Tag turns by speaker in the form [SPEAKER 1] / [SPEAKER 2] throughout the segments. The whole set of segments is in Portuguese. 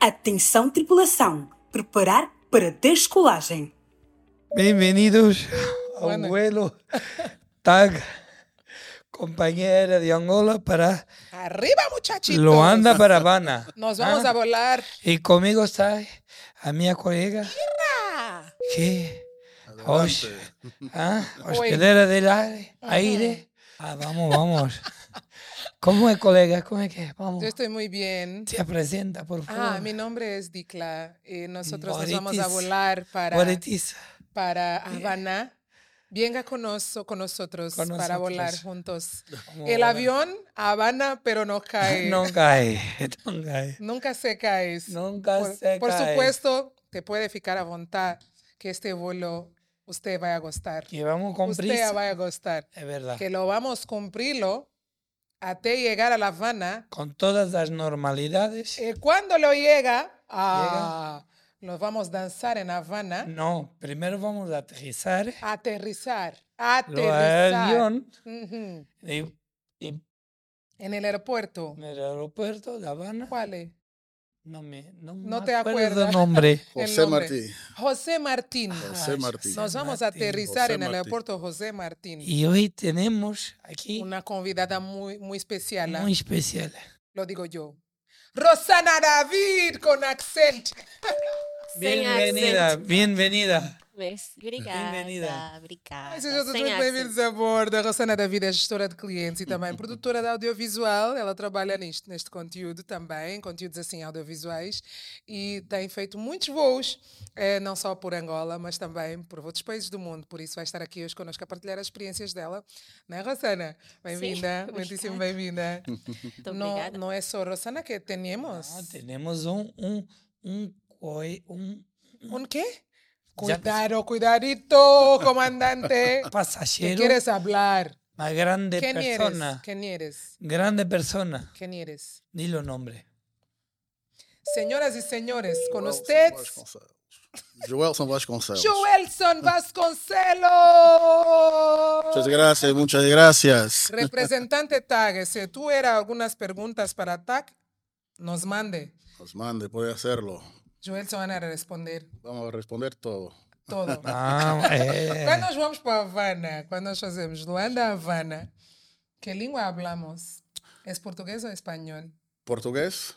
[SPEAKER 1] Atenção, tripulação! Preparar para descolagem!
[SPEAKER 2] Bienvenidos a un vuelo tag compañera de Angola para
[SPEAKER 3] Arriba, muchachitos.
[SPEAKER 2] Luanda para Habana.
[SPEAKER 3] Nos vamos
[SPEAKER 2] ¿ah?
[SPEAKER 3] a volar.
[SPEAKER 2] Y conmigo está a mi colega
[SPEAKER 3] Ah,
[SPEAKER 2] que os, ¿ah?
[SPEAKER 3] Bueno.
[SPEAKER 2] hospedera del aire. aire. Ah, vamos, vamos. ¿Cómo es, colega? ¿Cómo es que? es? Vamos.
[SPEAKER 3] Yo estoy muy bien.
[SPEAKER 2] Se presenta, por favor.
[SPEAKER 3] Ah, mi nombre es Dikla. eh, nosotros nos vamos a
[SPEAKER 2] Boritis.
[SPEAKER 3] volar para,
[SPEAKER 2] Guaretiza.
[SPEAKER 3] para Habana. Venga con, noso- con nosotros
[SPEAKER 2] Con
[SPEAKER 3] para volar
[SPEAKER 2] nosotros.
[SPEAKER 3] juntos.
[SPEAKER 2] Vamos a
[SPEAKER 3] El
[SPEAKER 2] volar.
[SPEAKER 3] avión a Habana, pero no cae.
[SPEAKER 2] No cae, no cae.
[SPEAKER 3] Nunca se cae.
[SPEAKER 2] Nunca
[SPEAKER 3] por,
[SPEAKER 2] se
[SPEAKER 3] por
[SPEAKER 2] cae.
[SPEAKER 3] supuesto, te puede ficar a voluntad que este vuelo usted va a gustar.
[SPEAKER 2] Que vamos con
[SPEAKER 3] Usted
[SPEAKER 2] prisa.
[SPEAKER 3] va a gustar.
[SPEAKER 2] Es verdad.
[SPEAKER 3] que lo vamos a cumplirlo hasta llegar a La Habana.
[SPEAKER 2] Con todas las normalidades.
[SPEAKER 3] Eh, cuando lo llega, ah, nos vamos a danzar en Habana,
[SPEAKER 2] No, primero vamos a aterrizar
[SPEAKER 3] aterrizar,
[SPEAKER 2] el
[SPEAKER 3] Ah, aterrizar
[SPEAKER 2] avión
[SPEAKER 3] Ujú,
[SPEAKER 2] y, y
[SPEAKER 3] en el aeropuerto.
[SPEAKER 2] en el aeropuerto de Habana.
[SPEAKER 3] ¿Cuál es?
[SPEAKER 2] No me, no
[SPEAKER 3] No
[SPEAKER 2] me
[SPEAKER 3] te
[SPEAKER 2] acuerdo
[SPEAKER 3] acuerdas.
[SPEAKER 2] el nombre.
[SPEAKER 3] El
[SPEAKER 4] José
[SPEAKER 3] nombre.
[SPEAKER 4] Martí.
[SPEAKER 3] José Martín.
[SPEAKER 4] José
[SPEAKER 2] Ay,
[SPEAKER 4] Martí.
[SPEAKER 3] Nos vamos a
[SPEAKER 2] Martín.
[SPEAKER 3] aterrizar
[SPEAKER 4] José
[SPEAKER 3] en el
[SPEAKER 4] Martín.
[SPEAKER 3] aeropuerto José Martín.
[SPEAKER 2] Y hoy tenemos aquí
[SPEAKER 3] Una convidada muy, muy especial, ¿ah?
[SPEAKER 2] muy especial.
[SPEAKER 3] lo digo yo. Rosana David con accent.
[SPEAKER 5] Sem
[SPEAKER 2] bienvenida,
[SPEAKER 5] accent.
[SPEAKER 2] bienvenida.
[SPEAKER 5] Mas, obrigada.
[SPEAKER 2] Bem-vinda.
[SPEAKER 5] Obrigada.
[SPEAKER 3] Ai, Sejam todos
[SPEAKER 5] Sem
[SPEAKER 3] muito
[SPEAKER 5] accent.
[SPEAKER 3] bem-vindos a bordo. A Rosana David é gestora de clientes e também produtora de audiovisual. Ela trabalha nisto, neste conteúdo também, conteúdos assim audiovisuais, e tem feito muitos voos, eh, não só por Angola, mas também por outros países do mundo. Por isso vai estar aqui hoje connosco a partilhar as experiências dela. Não é, Rosana? Bem-vinda,
[SPEAKER 5] Sim,
[SPEAKER 3] muitíssimo
[SPEAKER 5] obrigada.
[SPEAKER 3] bem-vinda.
[SPEAKER 5] Muito
[SPEAKER 3] Não,
[SPEAKER 5] obrigada.
[SPEAKER 3] não é só Rosana que temos.
[SPEAKER 2] Ah, tenemos un, un, un, coi- un
[SPEAKER 3] Um quê?
[SPEAKER 2] Já-
[SPEAKER 3] Cuidado, cuidadito, comandante. Que
[SPEAKER 2] pasajero,
[SPEAKER 3] quieres hablar?
[SPEAKER 2] más grande
[SPEAKER 3] ¿Quién eres?
[SPEAKER 2] persona.
[SPEAKER 3] ¿Quién eres?
[SPEAKER 2] Grande persona.
[SPEAKER 3] ¿Quién eres?
[SPEAKER 2] Dilo nombre.
[SPEAKER 3] Señoras y señores, con
[SPEAKER 4] Joelson
[SPEAKER 3] ustedes,
[SPEAKER 4] Vasconcelos. Joelson Vasconcelos.
[SPEAKER 3] Joelson Vasconcelos.
[SPEAKER 4] Muchas gracias, muchas gracias.
[SPEAKER 3] Representante TAG, eh, si tú eras algunas preguntas para TAG, nos mande.
[SPEAKER 4] Nos mande, puede hacerlo.
[SPEAKER 3] Joelson van a responder
[SPEAKER 4] Vamos a responder todo.
[SPEAKER 3] todo.
[SPEAKER 2] Ah, eh.
[SPEAKER 3] Quando nós vamos para Havana, quando nós fazemos Luanda Havana, que língua hablamos? É português ou espanhol?
[SPEAKER 4] Portugués,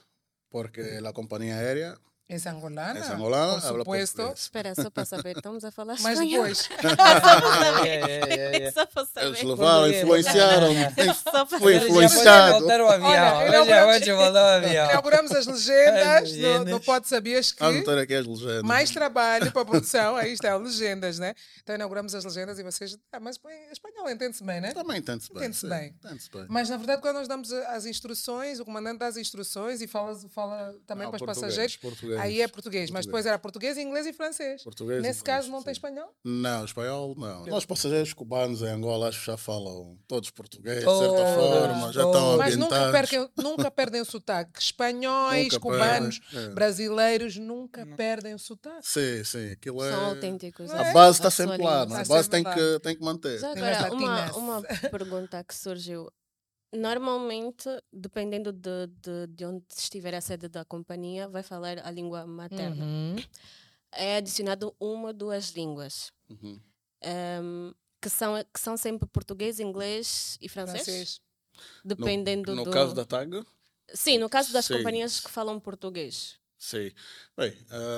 [SPEAKER 4] porque la compañía aérea
[SPEAKER 3] É angolana?
[SPEAKER 4] es angolana,
[SPEAKER 3] por
[SPEAKER 4] habla
[SPEAKER 3] supuesto.
[SPEAKER 4] portugués.
[SPEAKER 5] Espera, só para saber, estamos a falar
[SPEAKER 3] Mas
[SPEAKER 5] espanhol.
[SPEAKER 3] depois, É,
[SPEAKER 2] Yeah, yeah, yeah, yeah.
[SPEAKER 5] só para
[SPEAKER 4] Ellos
[SPEAKER 5] saber.
[SPEAKER 4] lo va-
[SPEAKER 2] Portugués.
[SPEAKER 4] influenciaron.
[SPEAKER 5] Só para
[SPEAKER 4] Fui
[SPEAKER 5] saber.
[SPEAKER 4] influenciado.
[SPEAKER 2] Hoje eu vou te voltar o avião.
[SPEAKER 3] Olha,
[SPEAKER 2] Hoje eu
[SPEAKER 3] inauguramos-
[SPEAKER 2] vou te voltar o avião.
[SPEAKER 3] inauguramos as legendas no, no
[SPEAKER 2] Legendas.
[SPEAKER 3] Pode Sabias que.
[SPEAKER 4] Ah, não tem aqui as legendas.
[SPEAKER 3] Mais trabalho para a produção, aí está, legendas, né? Então inauguramos as legendas e vocês. Ah, mas bem, espanhol entende-se bem, né?
[SPEAKER 4] Também entende-se Tá bem.
[SPEAKER 3] Entende-se
[SPEAKER 4] sim,
[SPEAKER 3] bem.
[SPEAKER 4] Entende-se bem.
[SPEAKER 3] Mas na verdade, quando nós damos a- as instruções, o comandante dá as instruções e fala, fala também
[SPEAKER 4] Ah,
[SPEAKER 3] para os
[SPEAKER 4] português,
[SPEAKER 3] passageiros.
[SPEAKER 4] português.
[SPEAKER 3] aí é português, mas
[SPEAKER 4] Português.
[SPEAKER 3] depois era português, inglês e francês.
[SPEAKER 4] Português e
[SPEAKER 3] Nesse
[SPEAKER 4] francês,
[SPEAKER 3] caso não tem
[SPEAKER 4] sim.
[SPEAKER 3] espanhol.
[SPEAKER 4] Não, espanhol não. Nós passageiros cubanos em Angola acho que já falam todos português, de
[SPEAKER 2] Todos,
[SPEAKER 4] certa forma, já estão
[SPEAKER 2] todos.
[SPEAKER 3] Mas nunca
[SPEAKER 4] ambientados.
[SPEAKER 3] perdem, nunca perdem o sotaque. Espanhóis,
[SPEAKER 4] Nunca
[SPEAKER 3] cubanos,
[SPEAKER 4] perdem, é.
[SPEAKER 3] brasileiros nunca perdem o sotaque.
[SPEAKER 4] Sim, sim, aquilo é...
[SPEAKER 5] São autênticos.
[SPEAKER 4] A base está
[SPEAKER 5] A sua
[SPEAKER 4] sempre lá, né?
[SPEAKER 5] língua.
[SPEAKER 4] não é? a
[SPEAKER 3] Está
[SPEAKER 4] base
[SPEAKER 3] Tá sempre
[SPEAKER 4] tem
[SPEAKER 3] lá.
[SPEAKER 4] que, tem que manter.
[SPEAKER 5] Já
[SPEAKER 3] Tem as
[SPEAKER 5] agora, uma,
[SPEAKER 3] latinas.
[SPEAKER 5] uma pergunta que surgiu. Normalmente, dependendo de, de, de onde estiver a sede da companhia, vai falar a língua materna.
[SPEAKER 3] Uhum.
[SPEAKER 5] É adicionado uma ou duas línguas.
[SPEAKER 4] Uhum.
[SPEAKER 5] ehm, que são, que são sempre português, inglês e francês,
[SPEAKER 3] Francês.
[SPEAKER 5] dependendo
[SPEAKER 4] no
[SPEAKER 5] do...
[SPEAKER 4] caso da TAG,
[SPEAKER 5] Sim, no caso das
[SPEAKER 4] Sim.
[SPEAKER 5] companhias que falam português.
[SPEAKER 4] sim. Bem,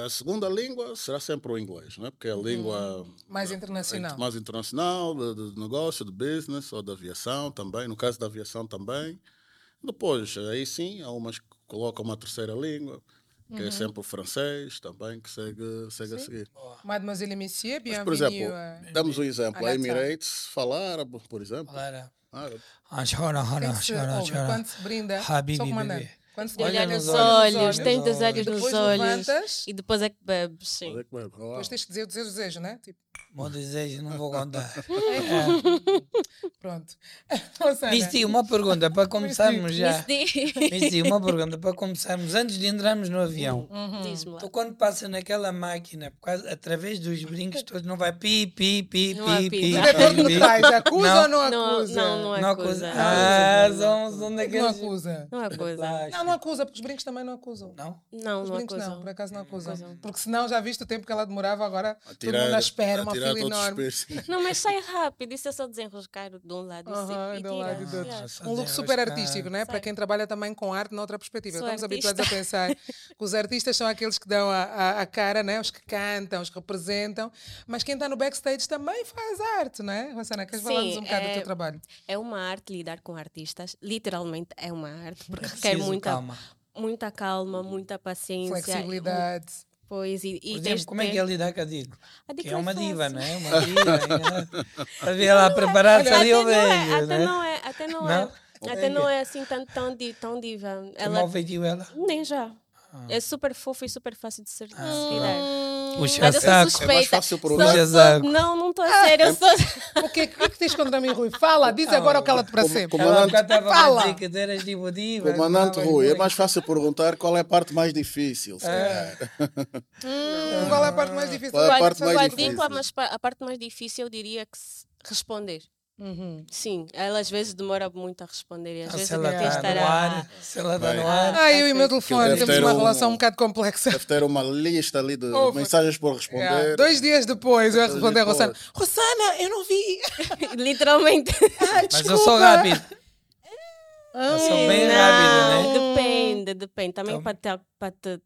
[SPEAKER 4] a segunda língua será sempre o inglês, não é? Porque é a língua
[SPEAKER 3] Mais
[SPEAKER 4] eh,
[SPEAKER 3] internacional.
[SPEAKER 4] mais internacional, de, de negócio, de business ou de aviação também, no caso da aviação também. Depois, aí sim, há umas que colocam uma terceira língua, que é sempre o francês também, que segue, segue a seguir.
[SPEAKER 3] Mademoiselle Messier,
[SPEAKER 4] Mas, por
[SPEAKER 3] bienvenue. euh,
[SPEAKER 4] exemplo,
[SPEAKER 3] a- é.
[SPEAKER 4] damos um exemplo.
[SPEAKER 3] Olha
[SPEAKER 4] A
[SPEAKER 3] só.
[SPEAKER 4] Emirates fala árabe, por exemplo.
[SPEAKER 2] Agora,
[SPEAKER 4] Árabe.
[SPEAKER 2] ah, chora,
[SPEAKER 3] Tem
[SPEAKER 2] chora,
[SPEAKER 3] que se
[SPEAKER 2] chora,
[SPEAKER 3] ouve,
[SPEAKER 2] chora.
[SPEAKER 3] quando se brinda,
[SPEAKER 2] Habibi,
[SPEAKER 3] só um comandante.
[SPEAKER 2] bebê.
[SPEAKER 3] Quando se
[SPEAKER 5] De
[SPEAKER 2] Olha
[SPEAKER 5] olhar
[SPEAKER 3] brinda,
[SPEAKER 5] nos
[SPEAKER 2] nos
[SPEAKER 5] olhos,
[SPEAKER 2] olhos,
[SPEAKER 5] tem
[SPEAKER 2] nos
[SPEAKER 5] dos olhos
[SPEAKER 2] olhos.
[SPEAKER 5] nos
[SPEAKER 3] Depois
[SPEAKER 5] olhos.
[SPEAKER 3] levantas.
[SPEAKER 5] E depois é que bebes, sim.
[SPEAKER 4] Olha que bem, olha lá.
[SPEAKER 3] Depois tens de dizer o desejo, né? Tipo,
[SPEAKER 2] Bom desejo, não vou contar.
[SPEAKER 3] Pronto. Ouça,
[SPEAKER 2] Miss
[SPEAKER 3] Ana,
[SPEAKER 2] Di, uma pergunta para começarmos já.
[SPEAKER 5] Miss D.
[SPEAKER 2] Miss Di, uma pergunta para começarmos antes de entrarmos no avião.
[SPEAKER 5] Hum. Diz-me lá.
[SPEAKER 2] Tu quando passas naquela máquina, por causa- através dos brincos todos, não vai pi, pi, pi,
[SPEAKER 5] Não
[SPEAKER 2] pi,
[SPEAKER 5] há pi,
[SPEAKER 2] pi,
[SPEAKER 5] não.
[SPEAKER 3] Depende do que
[SPEAKER 2] pi.
[SPEAKER 3] faz. Acusa
[SPEAKER 2] Não.
[SPEAKER 3] ou não
[SPEAKER 5] Não,
[SPEAKER 3] acusa?
[SPEAKER 5] não, é não
[SPEAKER 2] Não
[SPEAKER 5] acusa.
[SPEAKER 2] acusa. Ah,
[SPEAKER 5] Não,
[SPEAKER 2] são, são
[SPEAKER 3] Não
[SPEAKER 2] daqueles...
[SPEAKER 3] acusa.
[SPEAKER 5] Não acusa.
[SPEAKER 2] Lá,
[SPEAKER 3] Não, não acusa, porque os brincos também não acusam.
[SPEAKER 2] Não?
[SPEAKER 5] Não,
[SPEAKER 3] Os
[SPEAKER 5] não é
[SPEAKER 3] brincos não,
[SPEAKER 5] acusam.
[SPEAKER 3] por acaso não acusam.
[SPEAKER 5] acusam.
[SPEAKER 3] Porque senão já viste o tempo que ela demorava, agora todo
[SPEAKER 4] Tirar-
[SPEAKER 3] mundo à espera,
[SPEAKER 4] a
[SPEAKER 3] uma
[SPEAKER 4] tirar
[SPEAKER 3] fila
[SPEAKER 4] todos os
[SPEAKER 3] enorme.
[SPEAKER 4] piercings.
[SPEAKER 5] Não, mas sai rápido. Isso é só desenroscar de um lado e sim-
[SPEAKER 3] Aham,
[SPEAKER 5] e
[SPEAKER 3] de um lado e
[SPEAKER 5] tirar.
[SPEAKER 3] do outro.
[SPEAKER 5] Yeah.
[SPEAKER 2] Só
[SPEAKER 3] Um look
[SPEAKER 2] desenroscar.
[SPEAKER 3] super artístico, não é? Para
[SPEAKER 5] Sai.
[SPEAKER 3] quem trabalha também com arte, noutra perspectiva.
[SPEAKER 5] Sou
[SPEAKER 3] Estamos
[SPEAKER 5] artista.
[SPEAKER 3] habituados a pensar que os artistas são aqueles que dão a, a, a cara, né? os que cantam, os que representam, mas quem está no backstage também faz arte, não é? Rosana, queres
[SPEAKER 5] Sim,
[SPEAKER 3] falar-nos um bocado do
[SPEAKER 5] é-
[SPEAKER 3] teu trabalho?
[SPEAKER 5] É uma arte lidar com artistas. Literalmente é uma arte. Porque requer
[SPEAKER 2] Preciso,
[SPEAKER 5] muita
[SPEAKER 2] calma.
[SPEAKER 5] muita calma, muita paciência.
[SPEAKER 3] Flexibilidade.
[SPEAKER 5] Pois, e, e
[SPEAKER 2] Por
[SPEAKER 5] tens
[SPEAKER 2] exemplo,
[SPEAKER 5] de
[SPEAKER 2] como é que
[SPEAKER 5] ter-
[SPEAKER 2] é lidar com a Digo?
[SPEAKER 5] A
[SPEAKER 2] Que
[SPEAKER 5] Dico
[SPEAKER 2] é uma
[SPEAKER 5] é
[SPEAKER 2] diva,
[SPEAKER 5] fácil.
[SPEAKER 2] não é? Uma diva. Para ver lá preparar-se ali o
[SPEAKER 5] até, não é,
[SPEAKER 2] beijo,
[SPEAKER 5] até
[SPEAKER 2] né?
[SPEAKER 5] não é, até não,
[SPEAKER 2] Não?
[SPEAKER 5] é. Até não é assim tão, tão, di- tão diva.
[SPEAKER 2] Ela...
[SPEAKER 5] Ela
[SPEAKER 2] Mal ela.
[SPEAKER 5] nem já.
[SPEAKER 2] Ah.
[SPEAKER 5] É super fofo e super fácil de ser de se lidar.
[SPEAKER 2] Puxa
[SPEAKER 5] Mas eu
[SPEAKER 2] saco.
[SPEAKER 5] sou
[SPEAKER 4] É mais
[SPEAKER 5] suspeita.
[SPEAKER 4] fácil por um Ah,
[SPEAKER 5] Sou-
[SPEAKER 2] Puxa
[SPEAKER 5] sou-
[SPEAKER 2] saco.
[SPEAKER 5] não, não estou a sério. Eu sou...
[SPEAKER 3] O que, o que é que tens contra mim, Rui? Fala, diz agora ou cala-te para
[SPEAKER 4] Como-
[SPEAKER 3] sempre. É
[SPEAKER 4] como-
[SPEAKER 2] Ela nunca estava a
[SPEAKER 3] Fala.
[SPEAKER 2] dizer que tu eras tipo diva.
[SPEAKER 4] Comandante
[SPEAKER 2] andavas
[SPEAKER 4] Rui, é
[SPEAKER 2] muito.
[SPEAKER 4] mais fácil perguntar qual é a parte mais difícil. se
[SPEAKER 3] É.
[SPEAKER 4] calhar.
[SPEAKER 3] Hum, Qual é a parte mais difícil?
[SPEAKER 4] Qual é a parte
[SPEAKER 5] Com a
[SPEAKER 4] mais
[SPEAKER 5] Dico,
[SPEAKER 4] difícil?
[SPEAKER 5] a mas pa- a parte mais difícil eu diria que se- responder.
[SPEAKER 3] Uhum.
[SPEAKER 5] Sim, ela às vezes demora muito a responder e às
[SPEAKER 2] Ah,
[SPEAKER 5] vezes
[SPEAKER 2] Se ela
[SPEAKER 5] ainda tem de
[SPEAKER 2] está
[SPEAKER 5] estar
[SPEAKER 2] no
[SPEAKER 5] a...
[SPEAKER 2] ar, se ela está no
[SPEAKER 4] Bem.
[SPEAKER 2] ar.
[SPEAKER 3] Ah, eu e o meu telefone
[SPEAKER 4] deve
[SPEAKER 3] temos
[SPEAKER 4] ter
[SPEAKER 3] uma
[SPEAKER 4] um-
[SPEAKER 3] relação um bocado complexa.
[SPEAKER 4] Deve ter uma lista ali de
[SPEAKER 3] Ouve.
[SPEAKER 4] mensagens por responder.
[SPEAKER 3] Yeah. É, Dois dias depois eu ia
[SPEAKER 4] Dois
[SPEAKER 3] responder a
[SPEAKER 4] dias
[SPEAKER 3] Rosana. Rosana, eu não vi.
[SPEAKER 5] Literalmente.
[SPEAKER 3] Ah,
[SPEAKER 2] Mas eu sou rápido. Eu sou bem rápido, né?
[SPEAKER 5] Não, Depende, depende. Também
[SPEAKER 2] Então-
[SPEAKER 5] para te, para te,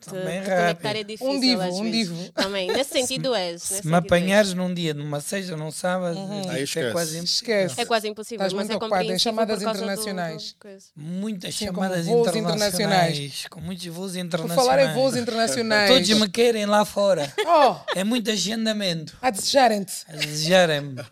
[SPEAKER 5] te,
[SPEAKER 2] Sou bem
[SPEAKER 5] te conectar é
[SPEAKER 2] rápido.
[SPEAKER 5] difícil.
[SPEAKER 3] Um divo,
[SPEAKER 5] às
[SPEAKER 3] um
[SPEAKER 5] vezes.
[SPEAKER 3] divo.
[SPEAKER 5] Também, nesse sentido és.
[SPEAKER 2] Se
[SPEAKER 5] nesse
[SPEAKER 2] me
[SPEAKER 5] sentido
[SPEAKER 2] apanhares num dia, numa sexta, num sábado,
[SPEAKER 4] Aí
[SPEAKER 2] isso é
[SPEAKER 4] esquece.
[SPEAKER 2] quase impossível.
[SPEAKER 3] Esquece.
[SPEAKER 5] és. É quase impossível,
[SPEAKER 3] Estás
[SPEAKER 5] mas
[SPEAKER 3] muito
[SPEAKER 5] é
[SPEAKER 3] ocupada em
[SPEAKER 5] compreensível
[SPEAKER 3] chamadas
[SPEAKER 5] por causa do-
[SPEAKER 3] internacionais.
[SPEAKER 5] do coisa.
[SPEAKER 2] Muitas
[SPEAKER 3] Sim, como
[SPEAKER 2] chamadas
[SPEAKER 3] voos
[SPEAKER 2] internacionais,
[SPEAKER 3] internacionais.
[SPEAKER 2] Com muitos voos
[SPEAKER 3] Por
[SPEAKER 2] internacionais.
[SPEAKER 3] falar em voos internacionais.
[SPEAKER 2] Todos me querem lá fora.
[SPEAKER 3] Oh,
[SPEAKER 2] É muito agendamento.
[SPEAKER 3] a desejarem-te.
[SPEAKER 2] A desejarem-me.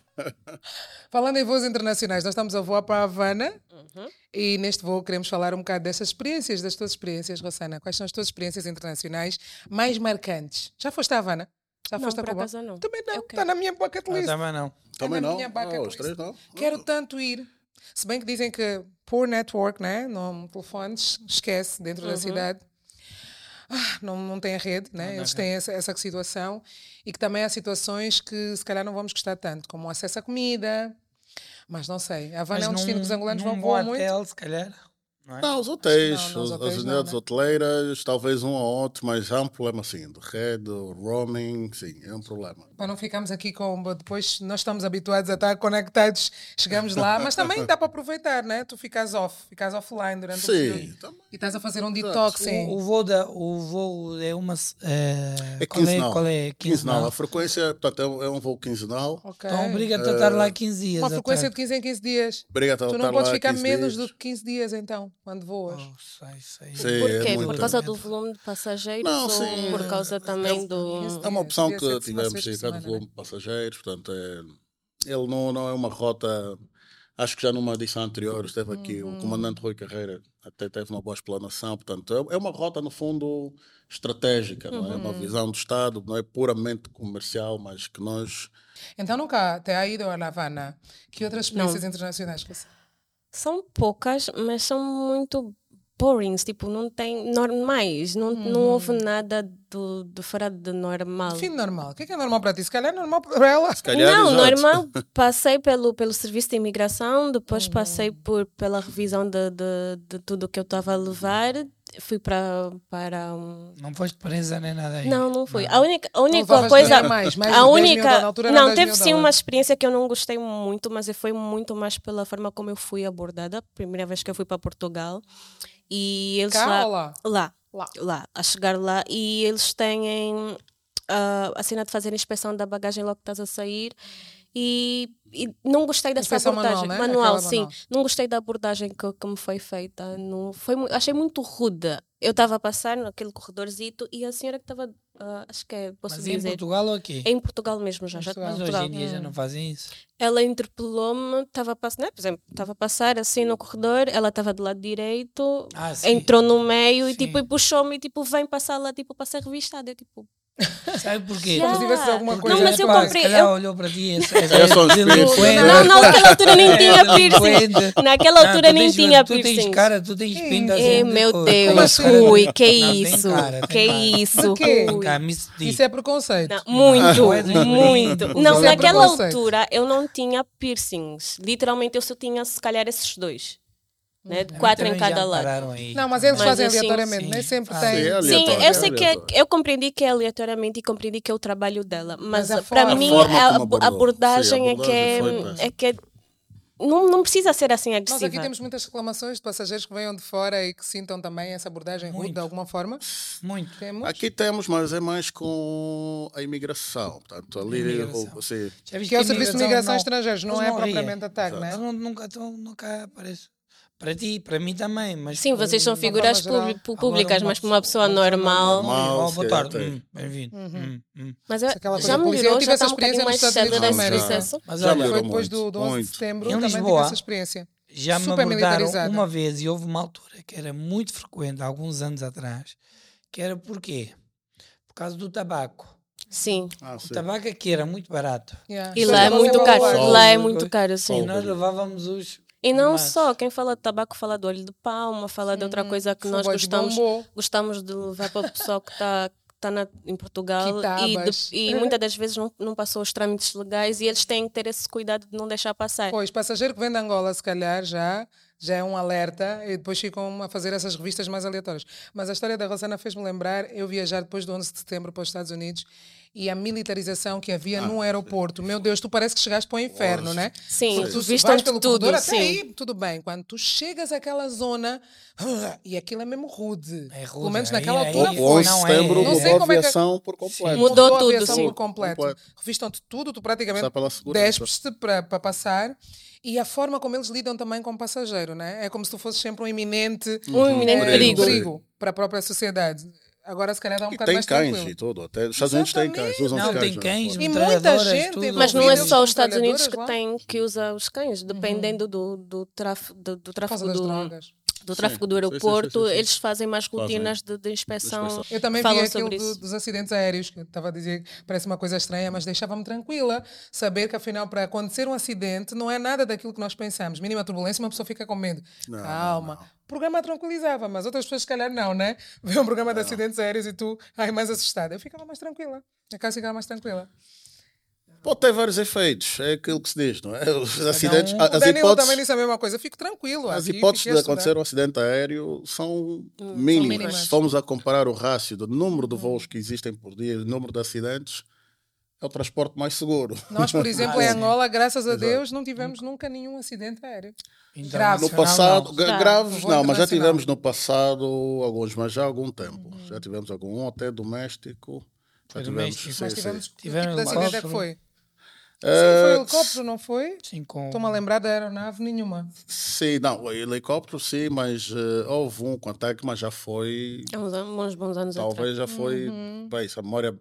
[SPEAKER 3] Falando em voos internacionais, nós estamos a voar para a Havana
[SPEAKER 5] Uhum.
[SPEAKER 3] e neste voo queremos falar um bocado destas experiências, das tuas experiências, Rosana. Quais são as tuas experiências internacionais mais marcantes? Já foste à Havana? Já
[SPEAKER 5] Não,
[SPEAKER 3] foste a
[SPEAKER 5] por
[SPEAKER 3] Cuba?
[SPEAKER 5] acaso não.
[SPEAKER 3] Também não,
[SPEAKER 5] Eu
[SPEAKER 3] está
[SPEAKER 5] quero.
[SPEAKER 3] na minha bucket
[SPEAKER 2] Eu
[SPEAKER 3] list.
[SPEAKER 2] também não.
[SPEAKER 4] Também
[SPEAKER 3] na
[SPEAKER 4] não?
[SPEAKER 3] minha bucket
[SPEAKER 4] Ah, os
[SPEAKER 3] list.
[SPEAKER 4] três não?
[SPEAKER 3] Quero tanto ir. Se bem que dizem que poor network, né? Não, telefones, esquece dentro da cidade. Ah, não, não tem a rede, né? Eles têm essa, essa situação. E que também há situações que se calhar não vamos gostar tanto, como o acesso à comida. Mas não sei. A Havana é um
[SPEAKER 2] num-
[SPEAKER 3] destino que os angolanos
[SPEAKER 2] num
[SPEAKER 3] vão
[SPEAKER 2] bom
[SPEAKER 3] voar muito.
[SPEAKER 2] hotel, se calhar. Não é?
[SPEAKER 4] Ah, Não, os hotéis,
[SPEAKER 3] Não, não, os
[SPEAKER 4] as-
[SPEAKER 3] hotéis
[SPEAKER 4] as
[SPEAKER 3] não,
[SPEAKER 4] unidades
[SPEAKER 3] né?
[SPEAKER 4] hoteleiras, talvez um ou outro, mas há um problema sim, de rede, roaming, sim, é um problema.
[SPEAKER 3] Para não ficarmos aqui com. Depois nós estamos habituados a estar conectados, chegamos lá, mas também dá para aproveitar, né? Tu ficas off, ficas offline durante o
[SPEAKER 4] Sim,
[SPEAKER 3] período.
[SPEAKER 4] também.
[SPEAKER 3] E estás a fazer um detoxing.
[SPEAKER 2] O, o voo da, o voo é uma. se- eh,
[SPEAKER 4] É
[SPEAKER 2] qual é-
[SPEAKER 4] quinzenal.
[SPEAKER 2] Qual é?
[SPEAKER 4] Quinzenal. Eh,
[SPEAKER 2] Quinzenal.
[SPEAKER 4] A frequência, portanto, é um, é um voo quinzenal.
[SPEAKER 3] Ok.
[SPEAKER 2] Então obriga-te a estar lá 15 dias.
[SPEAKER 3] Uma
[SPEAKER 2] à
[SPEAKER 3] frequência de
[SPEAKER 2] tarde.
[SPEAKER 3] 15 em 15 dias.
[SPEAKER 4] Obrigado a
[SPEAKER 3] Tu
[SPEAKER 2] tá
[SPEAKER 4] estar
[SPEAKER 3] não podes
[SPEAKER 4] lá
[SPEAKER 3] ficar
[SPEAKER 4] 15
[SPEAKER 3] menos
[SPEAKER 4] dias.
[SPEAKER 3] do que 15 dias, então, quando voas.
[SPEAKER 2] Oh, sei, sei.
[SPEAKER 4] Sim,
[SPEAKER 5] Por
[SPEAKER 4] é
[SPEAKER 5] quê? por
[SPEAKER 4] muito.
[SPEAKER 5] causa do volume de passageiros
[SPEAKER 4] Não,
[SPEAKER 5] ou
[SPEAKER 4] sim,
[SPEAKER 5] por causa também do...
[SPEAKER 4] É uma opção
[SPEAKER 3] Devia ser
[SPEAKER 4] que
[SPEAKER 3] de semana,
[SPEAKER 4] tivemos
[SPEAKER 3] seis por
[SPEAKER 4] sim, cada
[SPEAKER 3] semana,
[SPEAKER 4] volume de passageiros, portanto, é, ele não, não é uma rota. Acho que já numa edição anterior esteve aqui o comandante Rui Carreira, até teve uma boa explanação, portanto, é é uma rota, no fundo, estratégica, não é? Uma visão do Estado, não é puramente comercial, mas que nós.
[SPEAKER 3] Então nunca te ha ido a La Havana. Que outras experiências internacionais que você...
[SPEAKER 5] São poucas, mas são muito borings, tipo, não tem normais, não,
[SPEAKER 3] Uhum.
[SPEAKER 5] não houve nada do, de fora de normal.
[SPEAKER 3] Fim normal. O que é que é normal para ti? Se calhar é normal para ela.
[SPEAKER 4] se calhar,
[SPEAKER 5] não,
[SPEAKER 4] exato.
[SPEAKER 5] normal. Passei pelo, pelo serviço de imigração,
[SPEAKER 3] Uhum.
[SPEAKER 5] depois passei por, pela revisão de, de, de tudo que eu estava a levar, fui pra, para. um-
[SPEAKER 2] Não foste presa nem nada aí.
[SPEAKER 5] Não, não fui. A única, a
[SPEAKER 3] Não
[SPEAKER 5] única
[SPEAKER 3] levavas
[SPEAKER 5] coisa.
[SPEAKER 3] dinheiro a mais, mais de 10
[SPEAKER 5] a
[SPEAKER 3] mil
[SPEAKER 5] única.
[SPEAKER 3] dólares, na altura era
[SPEAKER 5] não,
[SPEAKER 3] 10
[SPEAKER 5] teve
[SPEAKER 3] mil
[SPEAKER 5] sim uma
[SPEAKER 3] dólares.
[SPEAKER 5] experiência que eu não gostei muito, mas foi muito mais pela forma como eu fui abordada. Primeira vez que eu fui para Portugal. E eles
[SPEAKER 3] Cá
[SPEAKER 5] lá,
[SPEAKER 3] ou lá?
[SPEAKER 5] Lá.
[SPEAKER 3] Lá.
[SPEAKER 5] A chegar lá. E eles têm ah, a cena de fazer inspeção da bagagem logo que estás a sair. E, e não gostei dessa
[SPEAKER 3] Inspeção manual,
[SPEAKER 5] abordagem.
[SPEAKER 3] né? Aquela
[SPEAKER 5] sim.
[SPEAKER 3] manual.
[SPEAKER 5] Não gostei da abordagem que, que me foi feita. Não, foi, mu- achei muito rude. Eu estava a passar naquele corredorzito e a senhora que estava. ah, acho que é, posso
[SPEAKER 2] Mas em
[SPEAKER 5] dizer.
[SPEAKER 2] Portugal ou aqui?
[SPEAKER 5] Em Portugal mesmo, já, já
[SPEAKER 3] Portugal.
[SPEAKER 2] Mas
[SPEAKER 5] em
[SPEAKER 2] hoje
[SPEAKER 5] Portugal.
[SPEAKER 2] em dia já não fazem isso.
[SPEAKER 5] Ela interpelou-me, estava a passar, né, por exemplo, estava a passar assim no corredor, ela estava do lado direito,
[SPEAKER 2] Ah, sim.
[SPEAKER 5] entrou no meio e
[SPEAKER 2] Sim.
[SPEAKER 5] tipo e puxou-me e tipo vem para a sala tipo para ser revistada. Eu tipo,
[SPEAKER 2] Sabe por quê?
[SPEAKER 3] Como
[SPEAKER 5] Yeah.
[SPEAKER 3] se tivesse alguma
[SPEAKER 5] Não,
[SPEAKER 3] coisa
[SPEAKER 5] mas eu
[SPEAKER 3] demais.
[SPEAKER 2] é Se
[SPEAKER 5] comprei-
[SPEAKER 2] calhar né?
[SPEAKER 5] eu-
[SPEAKER 2] olhou para ti.
[SPEAKER 4] Era só um espelho.
[SPEAKER 5] Não, não, naquela altura nem tinha piercing. Naquela altura nem tinha
[SPEAKER 2] Ah, Tu tens
[SPEAKER 5] piercing.
[SPEAKER 2] cara, tu tens pinta assim.
[SPEAKER 5] É,
[SPEAKER 2] de
[SPEAKER 5] meu
[SPEAKER 2] coisa.
[SPEAKER 5] Deus,
[SPEAKER 3] Mas-
[SPEAKER 5] Rui, que
[SPEAKER 2] assim? Não, tem
[SPEAKER 5] isso?
[SPEAKER 2] cara, tem
[SPEAKER 5] Que
[SPEAKER 2] cara.
[SPEAKER 3] De
[SPEAKER 5] isso,
[SPEAKER 3] quê?
[SPEAKER 2] Tem
[SPEAKER 5] Rui?
[SPEAKER 2] cara, Miss D.
[SPEAKER 3] Isso é preconceito.
[SPEAKER 5] Não, muito,
[SPEAKER 2] Não, não é
[SPEAKER 5] muito.
[SPEAKER 2] preconceito.
[SPEAKER 5] Não,
[SPEAKER 3] Isso é
[SPEAKER 5] naquela
[SPEAKER 3] preconceito.
[SPEAKER 5] altura eu não tinha piercings. Literalmente eu só tinha, se calhar, esses dois. Né? Quatro em
[SPEAKER 2] Uhum. Também já
[SPEAKER 5] cada
[SPEAKER 2] me
[SPEAKER 5] lado.
[SPEAKER 2] pararam aí.
[SPEAKER 3] Não, mas é eles
[SPEAKER 5] Mas
[SPEAKER 3] fazem
[SPEAKER 5] assim,
[SPEAKER 3] aleatoriamente,
[SPEAKER 2] sim.
[SPEAKER 3] nem sempre
[SPEAKER 2] Ah,
[SPEAKER 3] têm.
[SPEAKER 4] sim, é
[SPEAKER 5] Sim,
[SPEAKER 4] Aleatório,
[SPEAKER 5] eu sei que é,
[SPEAKER 4] aleatório.
[SPEAKER 5] eu compreendi que é aleatoriamente e compreendi que é o trabalho dela, mas,
[SPEAKER 3] Mas a
[SPEAKER 5] para
[SPEAKER 3] forma-
[SPEAKER 5] mim
[SPEAKER 4] A forma
[SPEAKER 5] a,
[SPEAKER 4] como
[SPEAKER 5] abo-
[SPEAKER 4] abordou.
[SPEAKER 5] abordagem,
[SPEAKER 4] Sim, a abordagem
[SPEAKER 5] é que
[SPEAKER 4] foi
[SPEAKER 5] é, é que não, não precisa ser assim
[SPEAKER 3] Nós
[SPEAKER 5] agressiva.
[SPEAKER 3] aqui temos muitas reclamações de passageiros que venham de fora e que sintam também essa abordagem rude
[SPEAKER 2] Muito.
[SPEAKER 3] de alguma forma. é
[SPEAKER 2] Muito.
[SPEAKER 3] Temos.
[SPEAKER 4] Aqui temos, mas é mais com a imigração. Portanto, ali,
[SPEAKER 2] Imigração.
[SPEAKER 4] o- assim,
[SPEAKER 2] Já viste
[SPEAKER 3] Que é o Serviço de Imigração
[SPEAKER 2] não-
[SPEAKER 3] Estrangeiros, não
[SPEAKER 2] eles
[SPEAKER 3] é
[SPEAKER 2] riem.
[SPEAKER 3] propriamente ataque, né?
[SPEAKER 2] Eu não- nunca, tô- nunca apareço. Para ti, para mim também. Mas
[SPEAKER 5] Sim, vocês são
[SPEAKER 2] Hum,
[SPEAKER 5] figuras
[SPEAKER 3] forma geral.
[SPEAKER 5] publi- pu-
[SPEAKER 2] agora
[SPEAKER 5] públicas, mas para uma pessoa
[SPEAKER 2] normal-
[SPEAKER 5] normal.
[SPEAKER 2] normal, boa
[SPEAKER 4] Normal,
[SPEAKER 2] tarde.
[SPEAKER 4] sim,
[SPEAKER 2] hum, Bem-vindo.
[SPEAKER 3] Uhum.
[SPEAKER 2] hum, hum.
[SPEAKER 5] Mas eu,
[SPEAKER 3] Se é aquela coisa policial,
[SPEAKER 5] já
[SPEAKER 3] eu
[SPEAKER 5] melhorou,
[SPEAKER 3] tive
[SPEAKER 5] já
[SPEAKER 3] essa
[SPEAKER 5] está um bocadinho
[SPEAKER 3] experiência
[SPEAKER 5] mais
[SPEAKER 3] nos Estados
[SPEAKER 5] célebre desse
[SPEAKER 4] Unidos da América.
[SPEAKER 5] processo.
[SPEAKER 2] Mas
[SPEAKER 4] Já
[SPEAKER 2] olha,
[SPEAKER 4] melhorou
[SPEAKER 3] Foi depois
[SPEAKER 4] muito,
[SPEAKER 3] do, do 11 de
[SPEAKER 4] muito.
[SPEAKER 3] setembro,
[SPEAKER 2] Em
[SPEAKER 3] também
[SPEAKER 2] Lisboa,
[SPEAKER 3] tive essa experiência.
[SPEAKER 2] já me
[SPEAKER 3] super
[SPEAKER 2] abordaram
[SPEAKER 3] militarizada.
[SPEAKER 2] uma vez e houve uma altura que era muito frequente, há alguns anos atrás, que era porquê? Por causa do tabaco.
[SPEAKER 5] Sim,
[SPEAKER 4] ah,
[SPEAKER 2] O
[SPEAKER 4] sim.
[SPEAKER 2] tabaco aqui era muito barato.
[SPEAKER 3] Yeah.
[SPEAKER 5] e
[SPEAKER 3] Só
[SPEAKER 5] lá é
[SPEAKER 3] para
[SPEAKER 5] muito
[SPEAKER 3] Ah, então você né?
[SPEAKER 5] caro.
[SPEAKER 3] evaluar.
[SPEAKER 5] Lá é muito caro,
[SPEAKER 2] E
[SPEAKER 5] sim.
[SPEAKER 2] nós levávamos os.
[SPEAKER 5] E não
[SPEAKER 2] Mas-
[SPEAKER 5] só, quem fala de tabaco fala do olho de palma, fala de outra coisa que nós
[SPEAKER 3] Fubá de
[SPEAKER 5] gostamos,
[SPEAKER 3] bombom.
[SPEAKER 5] gostamos de levar para o pessoal que está tá na- em Portugal
[SPEAKER 3] Que
[SPEAKER 5] e, de-
[SPEAKER 3] tabas.
[SPEAKER 5] e muitas das vezes não, não passou os trâmites legais e eles têm que ter esse cuidado de não deixar passar.
[SPEAKER 3] Pois, passageiro que vem de Angola, se calhar, já, já é um alerta e depois ficam a fazer essas revistas mais aleatórias. Mas a história da Rosana fez-me lembrar eu viajar depois do 11 de setembro para os Estados Unidos e a militarização que havia
[SPEAKER 2] Ah,
[SPEAKER 3] no aeroporto. Meu Deus, tu parece que chegaste para o inferno, né?
[SPEAKER 5] Sim,
[SPEAKER 3] Porque tu
[SPEAKER 5] vistam
[SPEAKER 3] vais
[SPEAKER 5] de
[SPEAKER 3] pelo
[SPEAKER 5] tudo,
[SPEAKER 3] corredor até
[SPEAKER 5] sim.
[SPEAKER 3] aí, tudo bem. Quando tu chegas àquela zona, e aquilo é mesmo rude.
[SPEAKER 2] É rude,
[SPEAKER 3] Pelo menos
[SPEAKER 2] aí-
[SPEAKER 3] naquela
[SPEAKER 2] aí-
[SPEAKER 3] altura
[SPEAKER 2] Não,
[SPEAKER 4] O
[SPEAKER 3] foi.
[SPEAKER 4] 11 de
[SPEAKER 2] não é.
[SPEAKER 4] setembro
[SPEAKER 2] Não sei
[SPEAKER 4] mudou a
[SPEAKER 3] como é que-
[SPEAKER 4] aviação por completo.
[SPEAKER 5] Mudou.
[SPEAKER 3] a
[SPEAKER 5] tudo,
[SPEAKER 3] aviação
[SPEAKER 5] sim.
[SPEAKER 3] por completo.
[SPEAKER 4] Completo.
[SPEAKER 3] Revistam-te tudo, tu praticamente
[SPEAKER 4] Só pela segurança.
[SPEAKER 3] despes-te para para passar. E a forma como eles lidam também com o passageiro, né? É como se tu fosses sempre um iminente,
[SPEAKER 4] Uhum.
[SPEAKER 5] Um iminente
[SPEAKER 3] eh,
[SPEAKER 5] perigo.
[SPEAKER 3] para a própria sociedade. Agora, se calhar, dá um
[SPEAKER 4] E
[SPEAKER 3] bocado
[SPEAKER 4] tem
[SPEAKER 3] mais
[SPEAKER 4] cães
[SPEAKER 3] tranquilo.
[SPEAKER 4] e tudo. Até os Estados Unidos têm cães. Usam
[SPEAKER 2] Não,
[SPEAKER 4] cães,
[SPEAKER 2] tem
[SPEAKER 4] né?
[SPEAKER 2] cães,
[SPEAKER 3] E muita
[SPEAKER 2] metralhadoras,
[SPEAKER 3] gente
[SPEAKER 2] tudo.
[SPEAKER 5] Mas não é
[SPEAKER 3] envolvida.
[SPEAKER 5] só os Estados Unidos que
[SPEAKER 3] Lá.
[SPEAKER 5] têm que usar os cães, dependendo do, do, tráf- do, do
[SPEAKER 3] Por causa
[SPEAKER 5] tráfego
[SPEAKER 3] das
[SPEAKER 5] do,
[SPEAKER 3] drogas.
[SPEAKER 5] do tráfego do
[SPEAKER 4] sim, sim,
[SPEAKER 5] aeroporto,
[SPEAKER 4] sim, sim.
[SPEAKER 5] eles fazem mais
[SPEAKER 4] Fazem.
[SPEAKER 5] rotinas de, de inspeção.
[SPEAKER 4] inspeção.
[SPEAKER 3] Eu também
[SPEAKER 5] falam
[SPEAKER 3] vi aquilo
[SPEAKER 5] sobre
[SPEAKER 3] do-
[SPEAKER 5] isso.
[SPEAKER 3] dos acidentes aéreos, que eu estava a dizer que parece uma coisa estranha, mas deixava-me tranquila saber que, afinal, para acontecer um acidente, não é nada daquilo que nós pensamos. Mínima turbulência, uma pessoa fica com medo.
[SPEAKER 4] Não,
[SPEAKER 3] Calma. O programa tranquilizava, mas outras pessoas, se calhar, não, né? Vê um programa de acidentes aéreos e tu, ai, mais assustada. Eu ficava mais tranquila. A casa ficava mais tranquila.
[SPEAKER 4] Pode ter vários efeitos. É aquilo que se diz, não é? Os acidentes,
[SPEAKER 2] um.
[SPEAKER 3] o
[SPEAKER 4] a- as
[SPEAKER 3] Danilo também
[SPEAKER 4] hipóteses,
[SPEAKER 3] disse a mesma coisa. Eu Fico tranquilo.
[SPEAKER 4] as
[SPEAKER 3] aqui,
[SPEAKER 4] hipóteses
[SPEAKER 3] fiquei
[SPEAKER 4] de
[SPEAKER 3] a estudar.
[SPEAKER 4] acontecer um acidente aéreo são mínimas.
[SPEAKER 3] mínimas.
[SPEAKER 4] Se formos a comparar o rácio do número de voos que existem por dia e o número de acidentes, é o transporte mais seguro.
[SPEAKER 3] Nós, por exemplo, em
[SPEAKER 2] sim.
[SPEAKER 3] Angola, graças a Deus, não tivemos nunca nenhum acidente aéreo. Grave.
[SPEAKER 4] No
[SPEAKER 2] Internacional,
[SPEAKER 4] passado,
[SPEAKER 2] não.
[SPEAKER 4] gra-
[SPEAKER 5] Claro,
[SPEAKER 4] graves
[SPEAKER 3] voo
[SPEAKER 4] não, mas já
[SPEAKER 3] internacional.
[SPEAKER 4] tivemos no passado alguns, mas já há algum tempo.
[SPEAKER 3] Uhum.
[SPEAKER 4] Já tivemos algum, um até doméstico. Já
[SPEAKER 2] Foi
[SPEAKER 4] tivemos,
[SPEAKER 2] doméstico.
[SPEAKER 4] sim,
[SPEAKER 3] Mas
[SPEAKER 4] sim.
[SPEAKER 3] tivemos. Que
[SPEAKER 2] Tiveram um né?
[SPEAKER 3] tipo de acidente é que
[SPEAKER 2] helicóptero.
[SPEAKER 3] foi? Sim, foi
[SPEAKER 4] Eh,
[SPEAKER 3] helicóptero, não foi?
[SPEAKER 2] Sim, com.
[SPEAKER 3] Estou-me a lembrar da aeronave nenhuma.
[SPEAKER 4] Sim, não, helicóptero sim, mas eh, houve um contacto, mas já foi,
[SPEAKER 5] Há É uns an- uns bons anos atrás.
[SPEAKER 4] talvez já Uhum. foi, bem, se a memória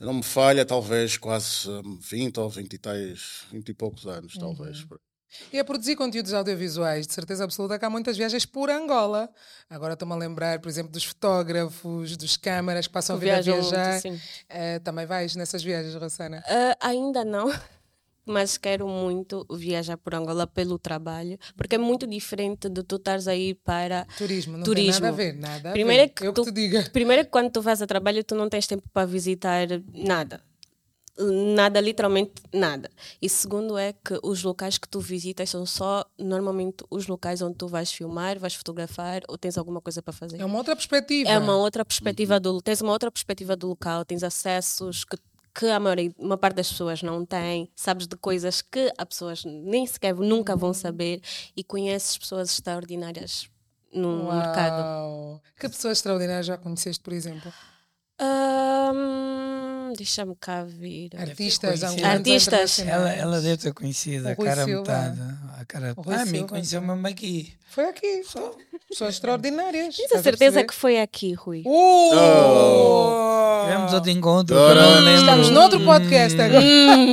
[SPEAKER 4] não me falha, talvez quase hum, 20 ou 20 e tais, 20 e poucos anos, talvez.
[SPEAKER 3] E a produzir conteúdos audiovisuais, de certeza absoluta que há muitas viagens por Angola. Agora estou-me a lembrar, por exemplo, dos fotógrafos, dos câmaras que passam a
[SPEAKER 5] Que
[SPEAKER 3] vida a
[SPEAKER 5] viajam muito,
[SPEAKER 3] viajar.
[SPEAKER 5] sim.
[SPEAKER 3] Eh, também vais nessas viagens, Rosana?
[SPEAKER 5] Ah, ainda não, mas quero muito viajar por Angola pelo trabalho, porque é muito diferente de tu estares aí para
[SPEAKER 3] Turismo, não
[SPEAKER 5] turismo.
[SPEAKER 3] tem nada a ver, nada a
[SPEAKER 5] Primeiro é
[SPEAKER 3] ver.
[SPEAKER 5] que
[SPEAKER 3] Eu
[SPEAKER 5] tu-
[SPEAKER 3] que te diga.
[SPEAKER 5] Primeiro é que quando tu vais a trabalho, tu não tens tempo para visitar nada. Nada, literalmente nada. E segundo é que os locais que tu visitas são só normalmente os locais onde tu vais filmar, vais fotografar ou tens alguma coisa para fazer.
[SPEAKER 3] É uma outra perspectiva.
[SPEAKER 5] É uma outra perspectiva do tens uma outra perspectiva do local, tens acessos que, que a maioria, uma parte das pessoas não tem, sabes de coisas que as pessoas nem sequer nunca vão saber e conheces pessoas extraordinárias no um mercado.
[SPEAKER 3] Uau. Que pessoas extraordinárias já conheceste, por exemplo?
[SPEAKER 5] Ahm, Hum, Deixa-me cá ver.
[SPEAKER 3] Artistas,
[SPEAKER 2] conhecida.
[SPEAKER 3] angolanos ou
[SPEAKER 5] Artistas.
[SPEAKER 2] Ela,
[SPEAKER 3] internacionais.
[SPEAKER 2] ela deve ter conhecido
[SPEAKER 3] O
[SPEAKER 2] a
[SPEAKER 3] Rui
[SPEAKER 2] cara
[SPEAKER 3] Silva.
[SPEAKER 2] metade. A cara...
[SPEAKER 3] O Rui
[SPEAKER 2] Ah, a mim
[SPEAKER 3] Silva,
[SPEAKER 2] conheceu mesmo aqui.
[SPEAKER 3] Foi aqui. Pessoas extraordinárias.
[SPEAKER 5] Tens a certeza que foi aqui, Rui?
[SPEAKER 3] Uh!
[SPEAKER 2] Oh!
[SPEAKER 3] Ah. Oh!
[SPEAKER 2] Tivemos outro encontro. que eu
[SPEAKER 4] Agora-
[SPEAKER 2] não lembro.
[SPEAKER 3] Estamos noutro podcast agora.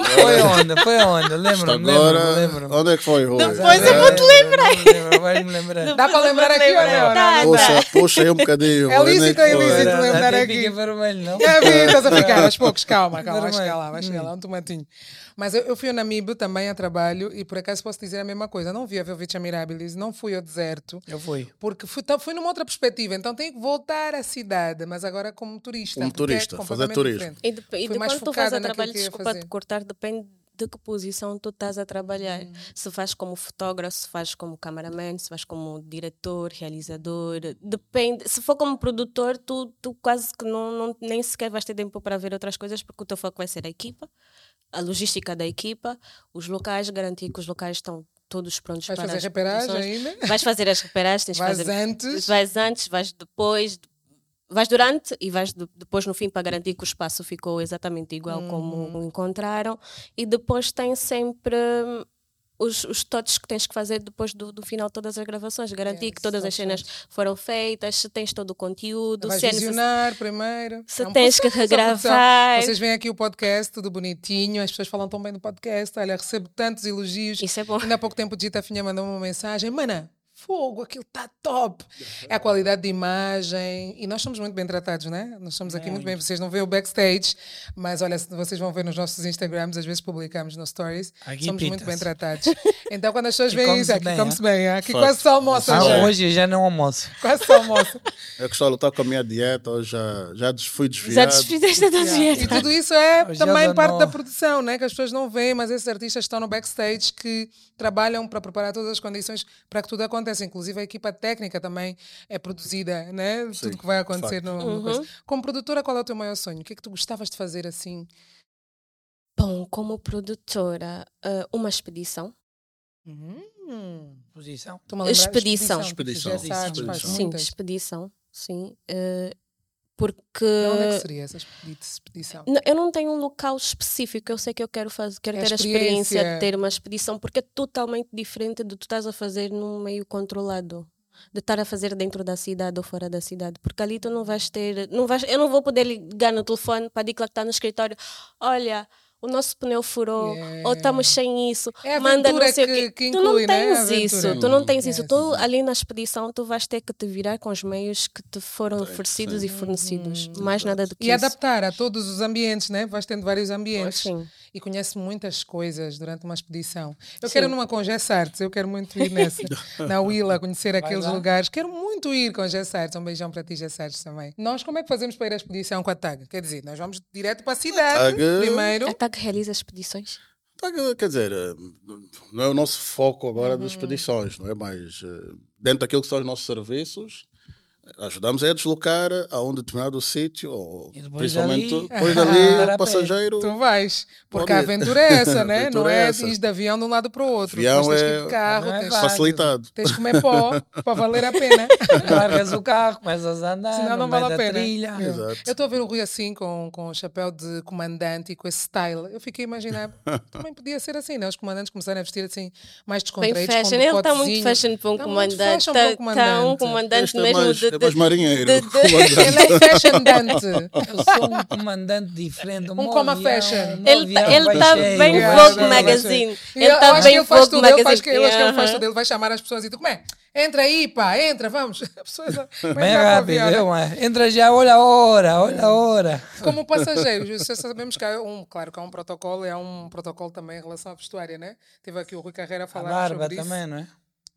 [SPEAKER 2] Foi onde? Foi onde?
[SPEAKER 4] Isto
[SPEAKER 2] Lembro-me,
[SPEAKER 4] agora,
[SPEAKER 2] lembro-me, lembro-me.
[SPEAKER 4] onde é que foi, Rui? É,
[SPEAKER 3] Pois eu vou te
[SPEAKER 2] lembrar. Lembro, Vai-me lembrar.
[SPEAKER 3] Dá para lembrar aqui ou não? né,
[SPEAKER 5] Tá,
[SPEAKER 3] não?
[SPEAKER 4] Puxa, puxa aí um bocadinho.
[SPEAKER 3] É
[SPEAKER 4] Rui, onde
[SPEAKER 3] lícito,
[SPEAKER 4] que
[SPEAKER 3] é
[SPEAKER 4] foi?
[SPEAKER 3] lícito.
[SPEAKER 2] Era-
[SPEAKER 3] lembrar
[SPEAKER 2] até
[SPEAKER 3] aqui. É
[SPEAKER 2] fica vermelho, não?
[SPEAKER 3] Já vi, estás a ficar aos poucos, calma, calma, vai
[SPEAKER 2] Normal.
[SPEAKER 3] chegar lá, vai chegar lá, um tomatinho. Mas eu, eu fui ao Namibe também a trabalho e por acaso posso dizer a mesma coisa, não vi a Velvetia Mirabilis, não fui ao deserto,
[SPEAKER 2] Eu fui.
[SPEAKER 3] porque fui, tá- fui numa outra perspectiva, então tenho que voltar à cidade, mas agora como turista.
[SPEAKER 4] Como
[SPEAKER 3] porque é
[SPEAKER 4] turista, fazer
[SPEAKER 3] completamente
[SPEAKER 4] turismo.
[SPEAKER 3] diferente.
[SPEAKER 5] E, de, e
[SPEAKER 3] Fui
[SPEAKER 5] de
[SPEAKER 3] mais
[SPEAKER 5] quando tu
[SPEAKER 3] focada
[SPEAKER 5] fazes a
[SPEAKER 3] naquilo
[SPEAKER 5] trabalho,
[SPEAKER 3] que ia
[SPEAKER 5] desculpa
[SPEAKER 3] fazer.
[SPEAKER 5] de cortar, depende de que posição tu estás a trabalhar.
[SPEAKER 3] Uhum.
[SPEAKER 5] Se faz como fotógrafo, se faz como cameraman, se faz como diretor, realizador, depende. Se for como produtor, tu, tu quase que não, não- nem sequer vais ter tempo para ver outras coisas, porque o teu foco vai ser a equipa, a logística da equipa, os locais, garantir que os locais estão todos prontos
[SPEAKER 3] Vais
[SPEAKER 5] para
[SPEAKER 3] fazer
[SPEAKER 5] as
[SPEAKER 3] reperagem
[SPEAKER 5] produções.
[SPEAKER 3] ainda?
[SPEAKER 5] Vais fazer as reparagens, tens de
[SPEAKER 3] Vais
[SPEAKER 5] fazer
[SPEAKER 3] antes.
[SPEAKER 5] vais antes, vais depois, vais durante e vais de- depois no fim para garantir que o espaço ficou exatamente igual
[SPEAKER 3] Hum.
[SPEAKER 5] como o encontraram. E depois tem sempre hum, os, os toques que tens que fazer depois do, do final de todas as gravações, garantir
[SPEAKER 3] Yes,
[SPEAKER 5] que todas as cenas foram feitas, se tens todo o conteúdo,
[SPEAKER 3] Vais
[SPEAKER 5] se é necess-
[SPEAKER 3] visionar primeiro.
[SPEAKER 5] se
[SPEAKER 3] um
[SPEAKER 5] tens que
[SPEAKER 3] processo, é um processo.
[SPEAKER 5] regravar.
[SPEAKER 3] Vocês veem aqui o podcast, tudo bonitinho, as pessoas falam tão bem do podcast, olha, recebo tantos elogios.
[SPEAKER 5] Isso é bom.
[SPEAKER 3] Ainda há pouco tempo, Dita Finha mandou uma mensagem: Mana, fogo, aquilo está top. É a qualidade de imagem. E nós somos muito bem tratados, né? Nós estamos
[SPEAKER 2] É.
[SPEAKER 3] aqui muito bem. Vocês não veem o backstage, mas olha, se vocês vão ver nos nossos Instagrams, às vezes publicamos nos stories.
[SPEAKER 2] Aqui
[SPEAKER 3] somos muito bem
[SPEAKER 2] pinta-se.
[SPEAKER 3] tratados. Então, quando as pessoas
[SPEAKER 2] E
[SPEAKER 3] veem
[SPEAKER 2] come-se
[SPEAKER 3] isso, aqui
[SPEAKER 2] bem,
[SPEAKER 3] come-se
[SPEAKER 2] é?
[SPEAKER 3] bem, é? aqui
[SPEAKER 4] Facto.
[SPEAKER 3] quase se almoça.
[SPEAKER 2] Ah, é?
[SPEAKER 3] já.
[SPEAKER 2] hoje eu já não almoço.
[SPEAKER 3] Quase se almoça.
[SPEAKER 4] Eu É que estou a lutar com a minha dieta, hoje já, já des- fui
[SPEAKER 5] Já
[SPEAKER 4] desviado.
[SPEAKER 5] desfizeste a tua
[SPEAKER 3] Yeah.
[SPEAKER 5] dieta.
[SPEAKER 3] E tudo isso é
[SPEAKER 2] Hoje
[SPEAKER 3] também
[SPEAKER 2] ela
[SPEAKER 3] parte
[SPEAKER 2] não-
[SPEAKER 3] da produção, né? que as pessoas não veem, mas esses artistas estão no backstage que trabalham para preparar todas as condições para que tudo aconteça. Inclusive a equipa técnica também é produzida, né?
[SPEAKER 4] Sim,
[SPEAKER 3] tudo que vai
[SPEAKER 4] de
[SPEAKER 3] acontecer no, no coisa. Como produtora, qual é o teu maior sonho? O que é que tu gostavas de fazer assim?
[SPEAKER 5] Bom, como produtora, ah, uma expedição.
[SPEAKER 3] Hum.
[SPEAKER 2] Posição.
[SPEAKER 3] Estou-me a lembrar-
[SPEAKER 5] Expedição.
[SPEAKER 3] Expedição. tu já
[SPEAKER 4] Expedição.
[SPEAKER 3] sabes, faz
[SPEAKER 4] Expedição.
[SPEAKER 5] Sim,
[SPEAKER 3] muitas.
[SPEAKER 5] expedição. Sim. ah, porque.
[SPEAKER 3] Então, Onde é que seria essa expedi- expedição?
[SPEAKER 5] Não, eu não tenho um local específico, eu sei que eu quero fazer, quero
[SPEAKER 3] É a
[SPEAKER 5] ter a experiência
[SPEAKER 3] experiência.
[SPEAKER 5] de ter uma expedição, porque é totalmente diferente do que tu estás a fazer num meio controlado. De estar a fazer dentro da cidade ou fora da cidade, porque ali tu não vais ter. Não vais, eu não vou poder ligar no telefone para dizer que lá está no escritório: olha, o nosso pneu furou, ou estamos sem isso,
[SPEAKER 3] É a
[SPEAKER 5] manda não
[SPEAKER 3] aventura
[SPEAKER 5] sei
[SPEAKER 3] que-
[SPEAKER 5] o quê.
[SPEAKER 3] que
[SPEAKER 5] tu não
[SPEAKER 3] inclui, né? A
[SPEAKER 5] tens
[SPEAKER 3] aventura. É,
[SPEAKER 5] isso, tu não tens
[SPEAKER 3] Yes.
[SPEAKER 5] isso. Tu ali na expedição, tu vais ter que te virar com os meios que te foram oferecidos e fornecidos. Mais nada do que
[SPEAKER 3] Hum, E
[SPEAKER 5] isso.
[SPEAKER 3] adaptar a todos os ambientes, né? Vais tendo vários ambientes.
[SPEAKER 5] Sim.
[SPEAKER 3] E conhece muitas coisas durante uma expedição. Eu quero numa com Jess Arts, eu quero muito ir nessa. na Willa, conhecer aqueles
[SPEAKER 2] lá.
[SPEAKER 3] lugares. Quero muito ir com Jess Arts. Um beijão para ti, Jess Arts, também. Nós como é que fazemos para ir à expedição com a TAG? Quer dizer, nós vamos direto para a cidade
[SPEAKER 4] TAG.
[SPEAKER 3] primeiro.
[SPEAKER 5] A TAG realiza expedições?
[SPEAKER 4] Tá, quer- Quer dizer, eh, não é o nosso foco agora
[SPEAKER 2] Uhum.
[SPEAKER 4] das expedições, não é? Mas eh, dentro daquilo que são os nossos serviços, ajudamos é a deslocar a um determinado sítio, ou
[SPEAKER 2] E depois
[SPEAKER 4] principalmente
[SPEAKER 2] dali-
[SPEAKER 4] depois
[SPEAKER 2] Andar
[SPEAKER 4] dali,
[SPEAKER 2] a
[SPEAKER 4] o
[SPEAKER 2] pé.
[SPEAKER 4] passageiro.
[SPEAKER 3] Tu vais. Porque a
[SPEAKER 4] Pode ir.
[SPEAKER 3] aventura é essa, né?
[SPEAKER 4] Aventura
[SPEAKER 3] Não é
[SPEAKER 4] é essa.
[SPEAKER 3] ir de avião de um lado para o outro.
[SPEAKER 4] Avião
[SPEAKER 3] Depois tens que ir de
[SPEAKER 4] é-
[SPEAKER 3] carro,
[SPEAKER 2] Não é
[SPEAKER 3] tens,
[SPEAKER 2] válido.
[SPEAKER 4] Facilitado.
[SPEAKER 3] tens que comer pó para valer a pena.
[SPEAKER 2] Largas o carro, começas a andar.
[SPEAKER 3] Senão não
[SPEAKER 2] no meio
[SPEAKER 3] vale a
[SPEAKER 2] da
[SPEAKER 3] pena.
[SPEAKER 2] Trilha.
[SPEAKER 4] Exato.
[SPEAKER 3] Eu estou a ver o Rui assim, com, com o chapéu de comandante e com esse style. Eu fiquei a imaginar, também podia ser assim, né? Os comandantes começarem a vestir assim, mais
[SPEAKER 5] Bem
[SPEAKER 3] descontraídos,
[SPEAKER 5] fashion,
[SPEAKER 3] com um
[SPEAKER 5] ele está muito
[SPEAKER 3] decotezinho.
[SPEAKER 5] fashion para um
[SPEAKER 3] Tá muito
[SPEAKER 5] comandante.
[SPEAKER 3] fashion para um
[SPEAKER 5] Tá- tá
[SPEAKER 3] comandante.
[SPEAKER 5] um comandante
[SPEAKER 4] Este é
[SPEAKER 5] mesmo
[SPEAKER 4] mais-
[SPEAKER 5] de-
[SPEAKER 4] é mais
[SPEAKER 5] de-
[SPEAKER 4] marinheiro,
[SPEAKER 5] de- de-
[SPEAKER 4] comandante.
[SPEAKER 3] Ele é fashion dante.
[SPEAKER 2] Eu sou um comandante diferente.
[SPEAKER 3] Um
[SPEAKER 2] Um
[SPEAKER 3] coma
[SPEAKER 2] avião,
[SPEAKER 3] fashion.
[SPEAKER 2] um
[SPEAKER 5] Ele
[SPEAKER 2] avião vai
[SPEAKER 5] está
[SPEAKER 2] cheio, vai
[SPEAKER 5] bem
[SPEAKER 3] Vogue
[SPEAKER 5] Vogue
[SPEAKER 2] cheio.
[SPEAKER 5] Magazine.
[SPEAKER 3] E
[SPEAKER 5] Ele
[SPEAKER 3] eu
[SPEAKER 5] está
[SPEAKER 3] acho que
[SPEAKER 5] bem
[SPEAKER 3] ele faz
[SPEAKER 5] Vogue
[SPEAKER 3] tudo,
[SPEAKER 5] Magazine.
[SPEAKER 3] eu acho que, eu acho que é ele faz
[SPEAKER 5] aham.
[SPEAKER 3] tudo. Ele vai chamar as pessoas e tu, como é? Entra aí, pá, entra, vamos. As pessoas vão
[SPEAKER 2] Bem
[SPEAKER 3] entrar para o
[SPEAKER 2] rápido,
[SPEAKER 3] avião.
[SPEAKER 2] eu, é. entra já, olha a hora, olha a hora.
[SPEAKER 3] Como passageiros, só sabemos que há um, claro que há um protocolo, e há um protocolo também em relação à vestuária, né? Teve aqui o Rui Carreira a
[SPEAKER 2] A
[SPEAKER 3] falar
[SPEAKER 2] barba
[SPEAKER 3] sobre isso.
[SPEAKER 2] também, não é?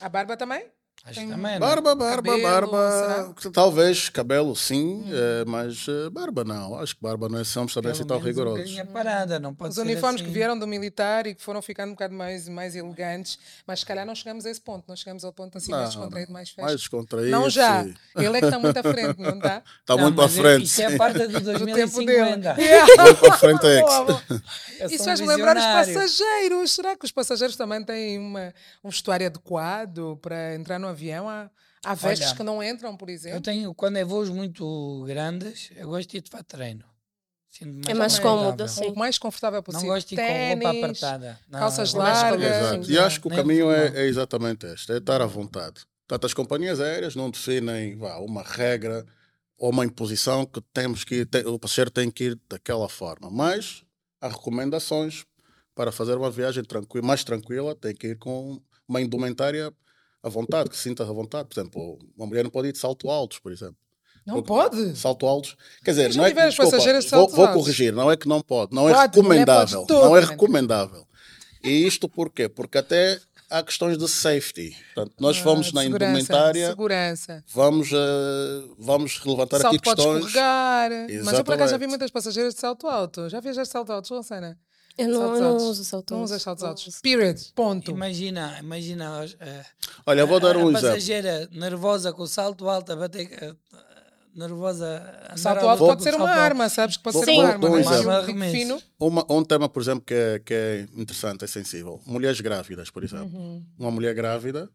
[SPEAKER 3] A barba também?
[SPEAKER 2] Acho que também, não é?
[SPEAKER 4] Barba, barba,
[SPEAKER 3] Cabelo,
[SPEAKER 4] barba. Talvez cabelo sim, eh, mas eh, barba não. Acho que barba não é somos também assim
[SPEAKER 2] Hum. Pelo
[SPEAKER 4] tão
[SPEAKER 2] menos um
[SPEAKER 4] rigorosos.
[SPEAKER 2] bocadinho a parada, não pode
[SPEAKER 3] Os
[SPEAKER 2] ser
[SPEAKER 3] uniformes que
[SPEAKER 2] assim.
[SPEAKER 3] vieram do militar e que foram ficando um bocado mais, mais elegantes, mas se calhar não chegamos a esse ponto, não chegamos ao ponto assim mais descontraído, mais festa.
[SPEAKER 4] mais descontraído.
[SPEAKER 3] não já,
[SPEAKER 4] sim.
[SPEAKER 3] ele é que está muito à frente, não está?
[SPEAKER 4] Está
[SPEAKER 2] Não,
[SPEAKER 4] muito à
[SPEAKER 2] mas
[SPEAKER 4] frente.
[SPEAKER 2] Isso é a parte de
[SPEAKER 3] Do tempo dele.
[SPEAKER 2] 2050.
[SPEAKER 4] Muito à frente é que-
[SPEAKER 2] Eu sou
[SPEAKER 3] Isso
[SPEAKER 2] um
[SPEAKER 3] faz lembrar os
[SPEAKER 2] visionário.
[SPEAKER 3] passageiros. Será que os passageiros também têm uma, um vestuário adequado para entrar no avião? Há, há vestes
[SPEAKER 2] Olha,
[SPEAKER 3] que não entram, por
[SPEAKER 2] Eu
[SPEAKER 3] exemplo.
[SPEAKER 2] tenho, quando é voos muito grandes, eu gosto de ir para treino. Sinto
[SPEAKER 5] É mais cômodo,
[SPEAKER 2] confortável.
[SPEAKER 5] sim.
[SPEAKER 3] O mais confortável
[SPEAKER 2] Não
[SPEAKER 3] possível.
[SPEAKER 2] gosto de ir com roupa
[SPEAKER 3] Ténis,
[SPEAKER 2] apertada. Não,
[SPEAKER 3] calças
[SPEAKER 2] eu gosto de- assim, né?
[SPEAKER 3] largas.
[SPEAKER 4] Exato.
[SPEAKER 2] Sim,
[SPEAKER 4] E acho que o
[SPEAKER 2] nem
[SPEAKER 4] caminho é,
[SPEAKER 2] formal.
[SPEAKER 4] é exatamente este, é estar à vontade. Portanto, as companhias aéreas não definem vá, uma regra ou uma imposição que temos que ir, te- o passageiro tem que ir daquela forma, mas há recomendações para fazer uma viagem tranqui- mais tranquila, tem que ir com uma indumentária à vontade, que se sinta à vontade. Por exemplo, uma mulher não pode ir de salto altos, por exemplo.
[SPEAKER 3] Não pode?
[SPEAKER 4] Salto altos. Quer dizer,
[SPEAKER 3] Mas
[SPEAKER 4] não
[SPEAKER 3] já
[SPEAKER 4] é que,
[SPEAKER 3] tiveram os
[SPEAKER 4] desculpa,
[SPEAKER 3] passageiros de
[SPEAKER 4] vou,
[SPEAKER 3] salto
[SPEAKER 4] vou
[SPEAKER 3] alto?
[SPEAKER 4] corrigir, não é que não pode, não é
[SPEAKER 3] Pode, mulher pode
[SPEAKER 4] recomendável.
[SPEAKER 3] tudo,
[SPEAKER 4] não é
[SPEAKER 3] né?
[SPEAKER 4] recomendável. E isto porquê? Porque até há questões de safety. Portanto, nós vamos na
[SPEAKER 3] Ah, Segurança,
[SPEAKER 4] indumentária,
[SPEAKER 3] Segurança.
[SPEAKER 4] vamos, eh, vamos levantar
[SPEAKER 3] salto
[SPEAKER 4] aqui
[SPEAKER 3] pode
[SPEAKER 4] questões.
[SPEAKER 3] escorregar. Mas eu por acaso já vi
[SPEAKER 4] Exatamente.
[SPEAKER 3] muitas passageiras de salto alto. Já viajaste de salto alto, Rosana?
[SPEAKER 5] Eu não,
[SPEAKER 3] Saltos
[SPEAKER 5] eu não
[SPEAKER 3] altos.
[SPEAKER 5] uso salto
[SPEAKER 3] Não
[SPEAKER 5] alto.
[SPEAKER 3] usas saltos
[SPEAKER 5] Não
[SPEAKER 3] altos.
[SPEAKER 5] uso.
[SPEAKER 3] Period. Ponto.
[SPEAKER 2] Imagina, imagina. eh,
[SPEAKER 4] Olha, eu vou
[SPEAKER 3] Ah,
[SPEAKER 4] dar
[SPEAKER 2] a-
[SPEAKER 4] um
[SPEAKER 2] a
[SPEAKER 4] exemplo.
[SPEAKER 2] passageira nervosa com o salto alto a bater. eh, nervosa. a
[SPEAKER 3] O
[SPEAKER 2] andar
[SPEAKER 3] salto
[SPEAKER 2] à
[SPEAKER 3] alto
[SPEAKER 2] volta
[SPEAKER 3] pode
[SPEAKER 2] do
[SPEAKER 3] ser uma
[SPEAKER 2] salto alto.
[SPEAKER 3] arma, sabes? Que pode
[SPEAKER 4] Vou- é.
[SPEAKER 3] ser uma
[SPEAKER 5] vou-
[SPEAKER 3] arma.
[SPEAKER 4] vou
[SPEAKER 3] mas
[SPEAKER 4] usar.
[SPEAKER 3] um
[SPEAKER 2] Uma
[SPEAKER 3] pico
[SPEAKER 2] arremesso.
[SPEAKER 3] fino.
[SPEAKER 4] Uma- um tema, por exemplo, que é, que é interessante, é sensível. Mulheres grávidas, por exemplo.
[SPEAKER 3] Uhum.
[SPEAKER 4] Uma mulher grávida,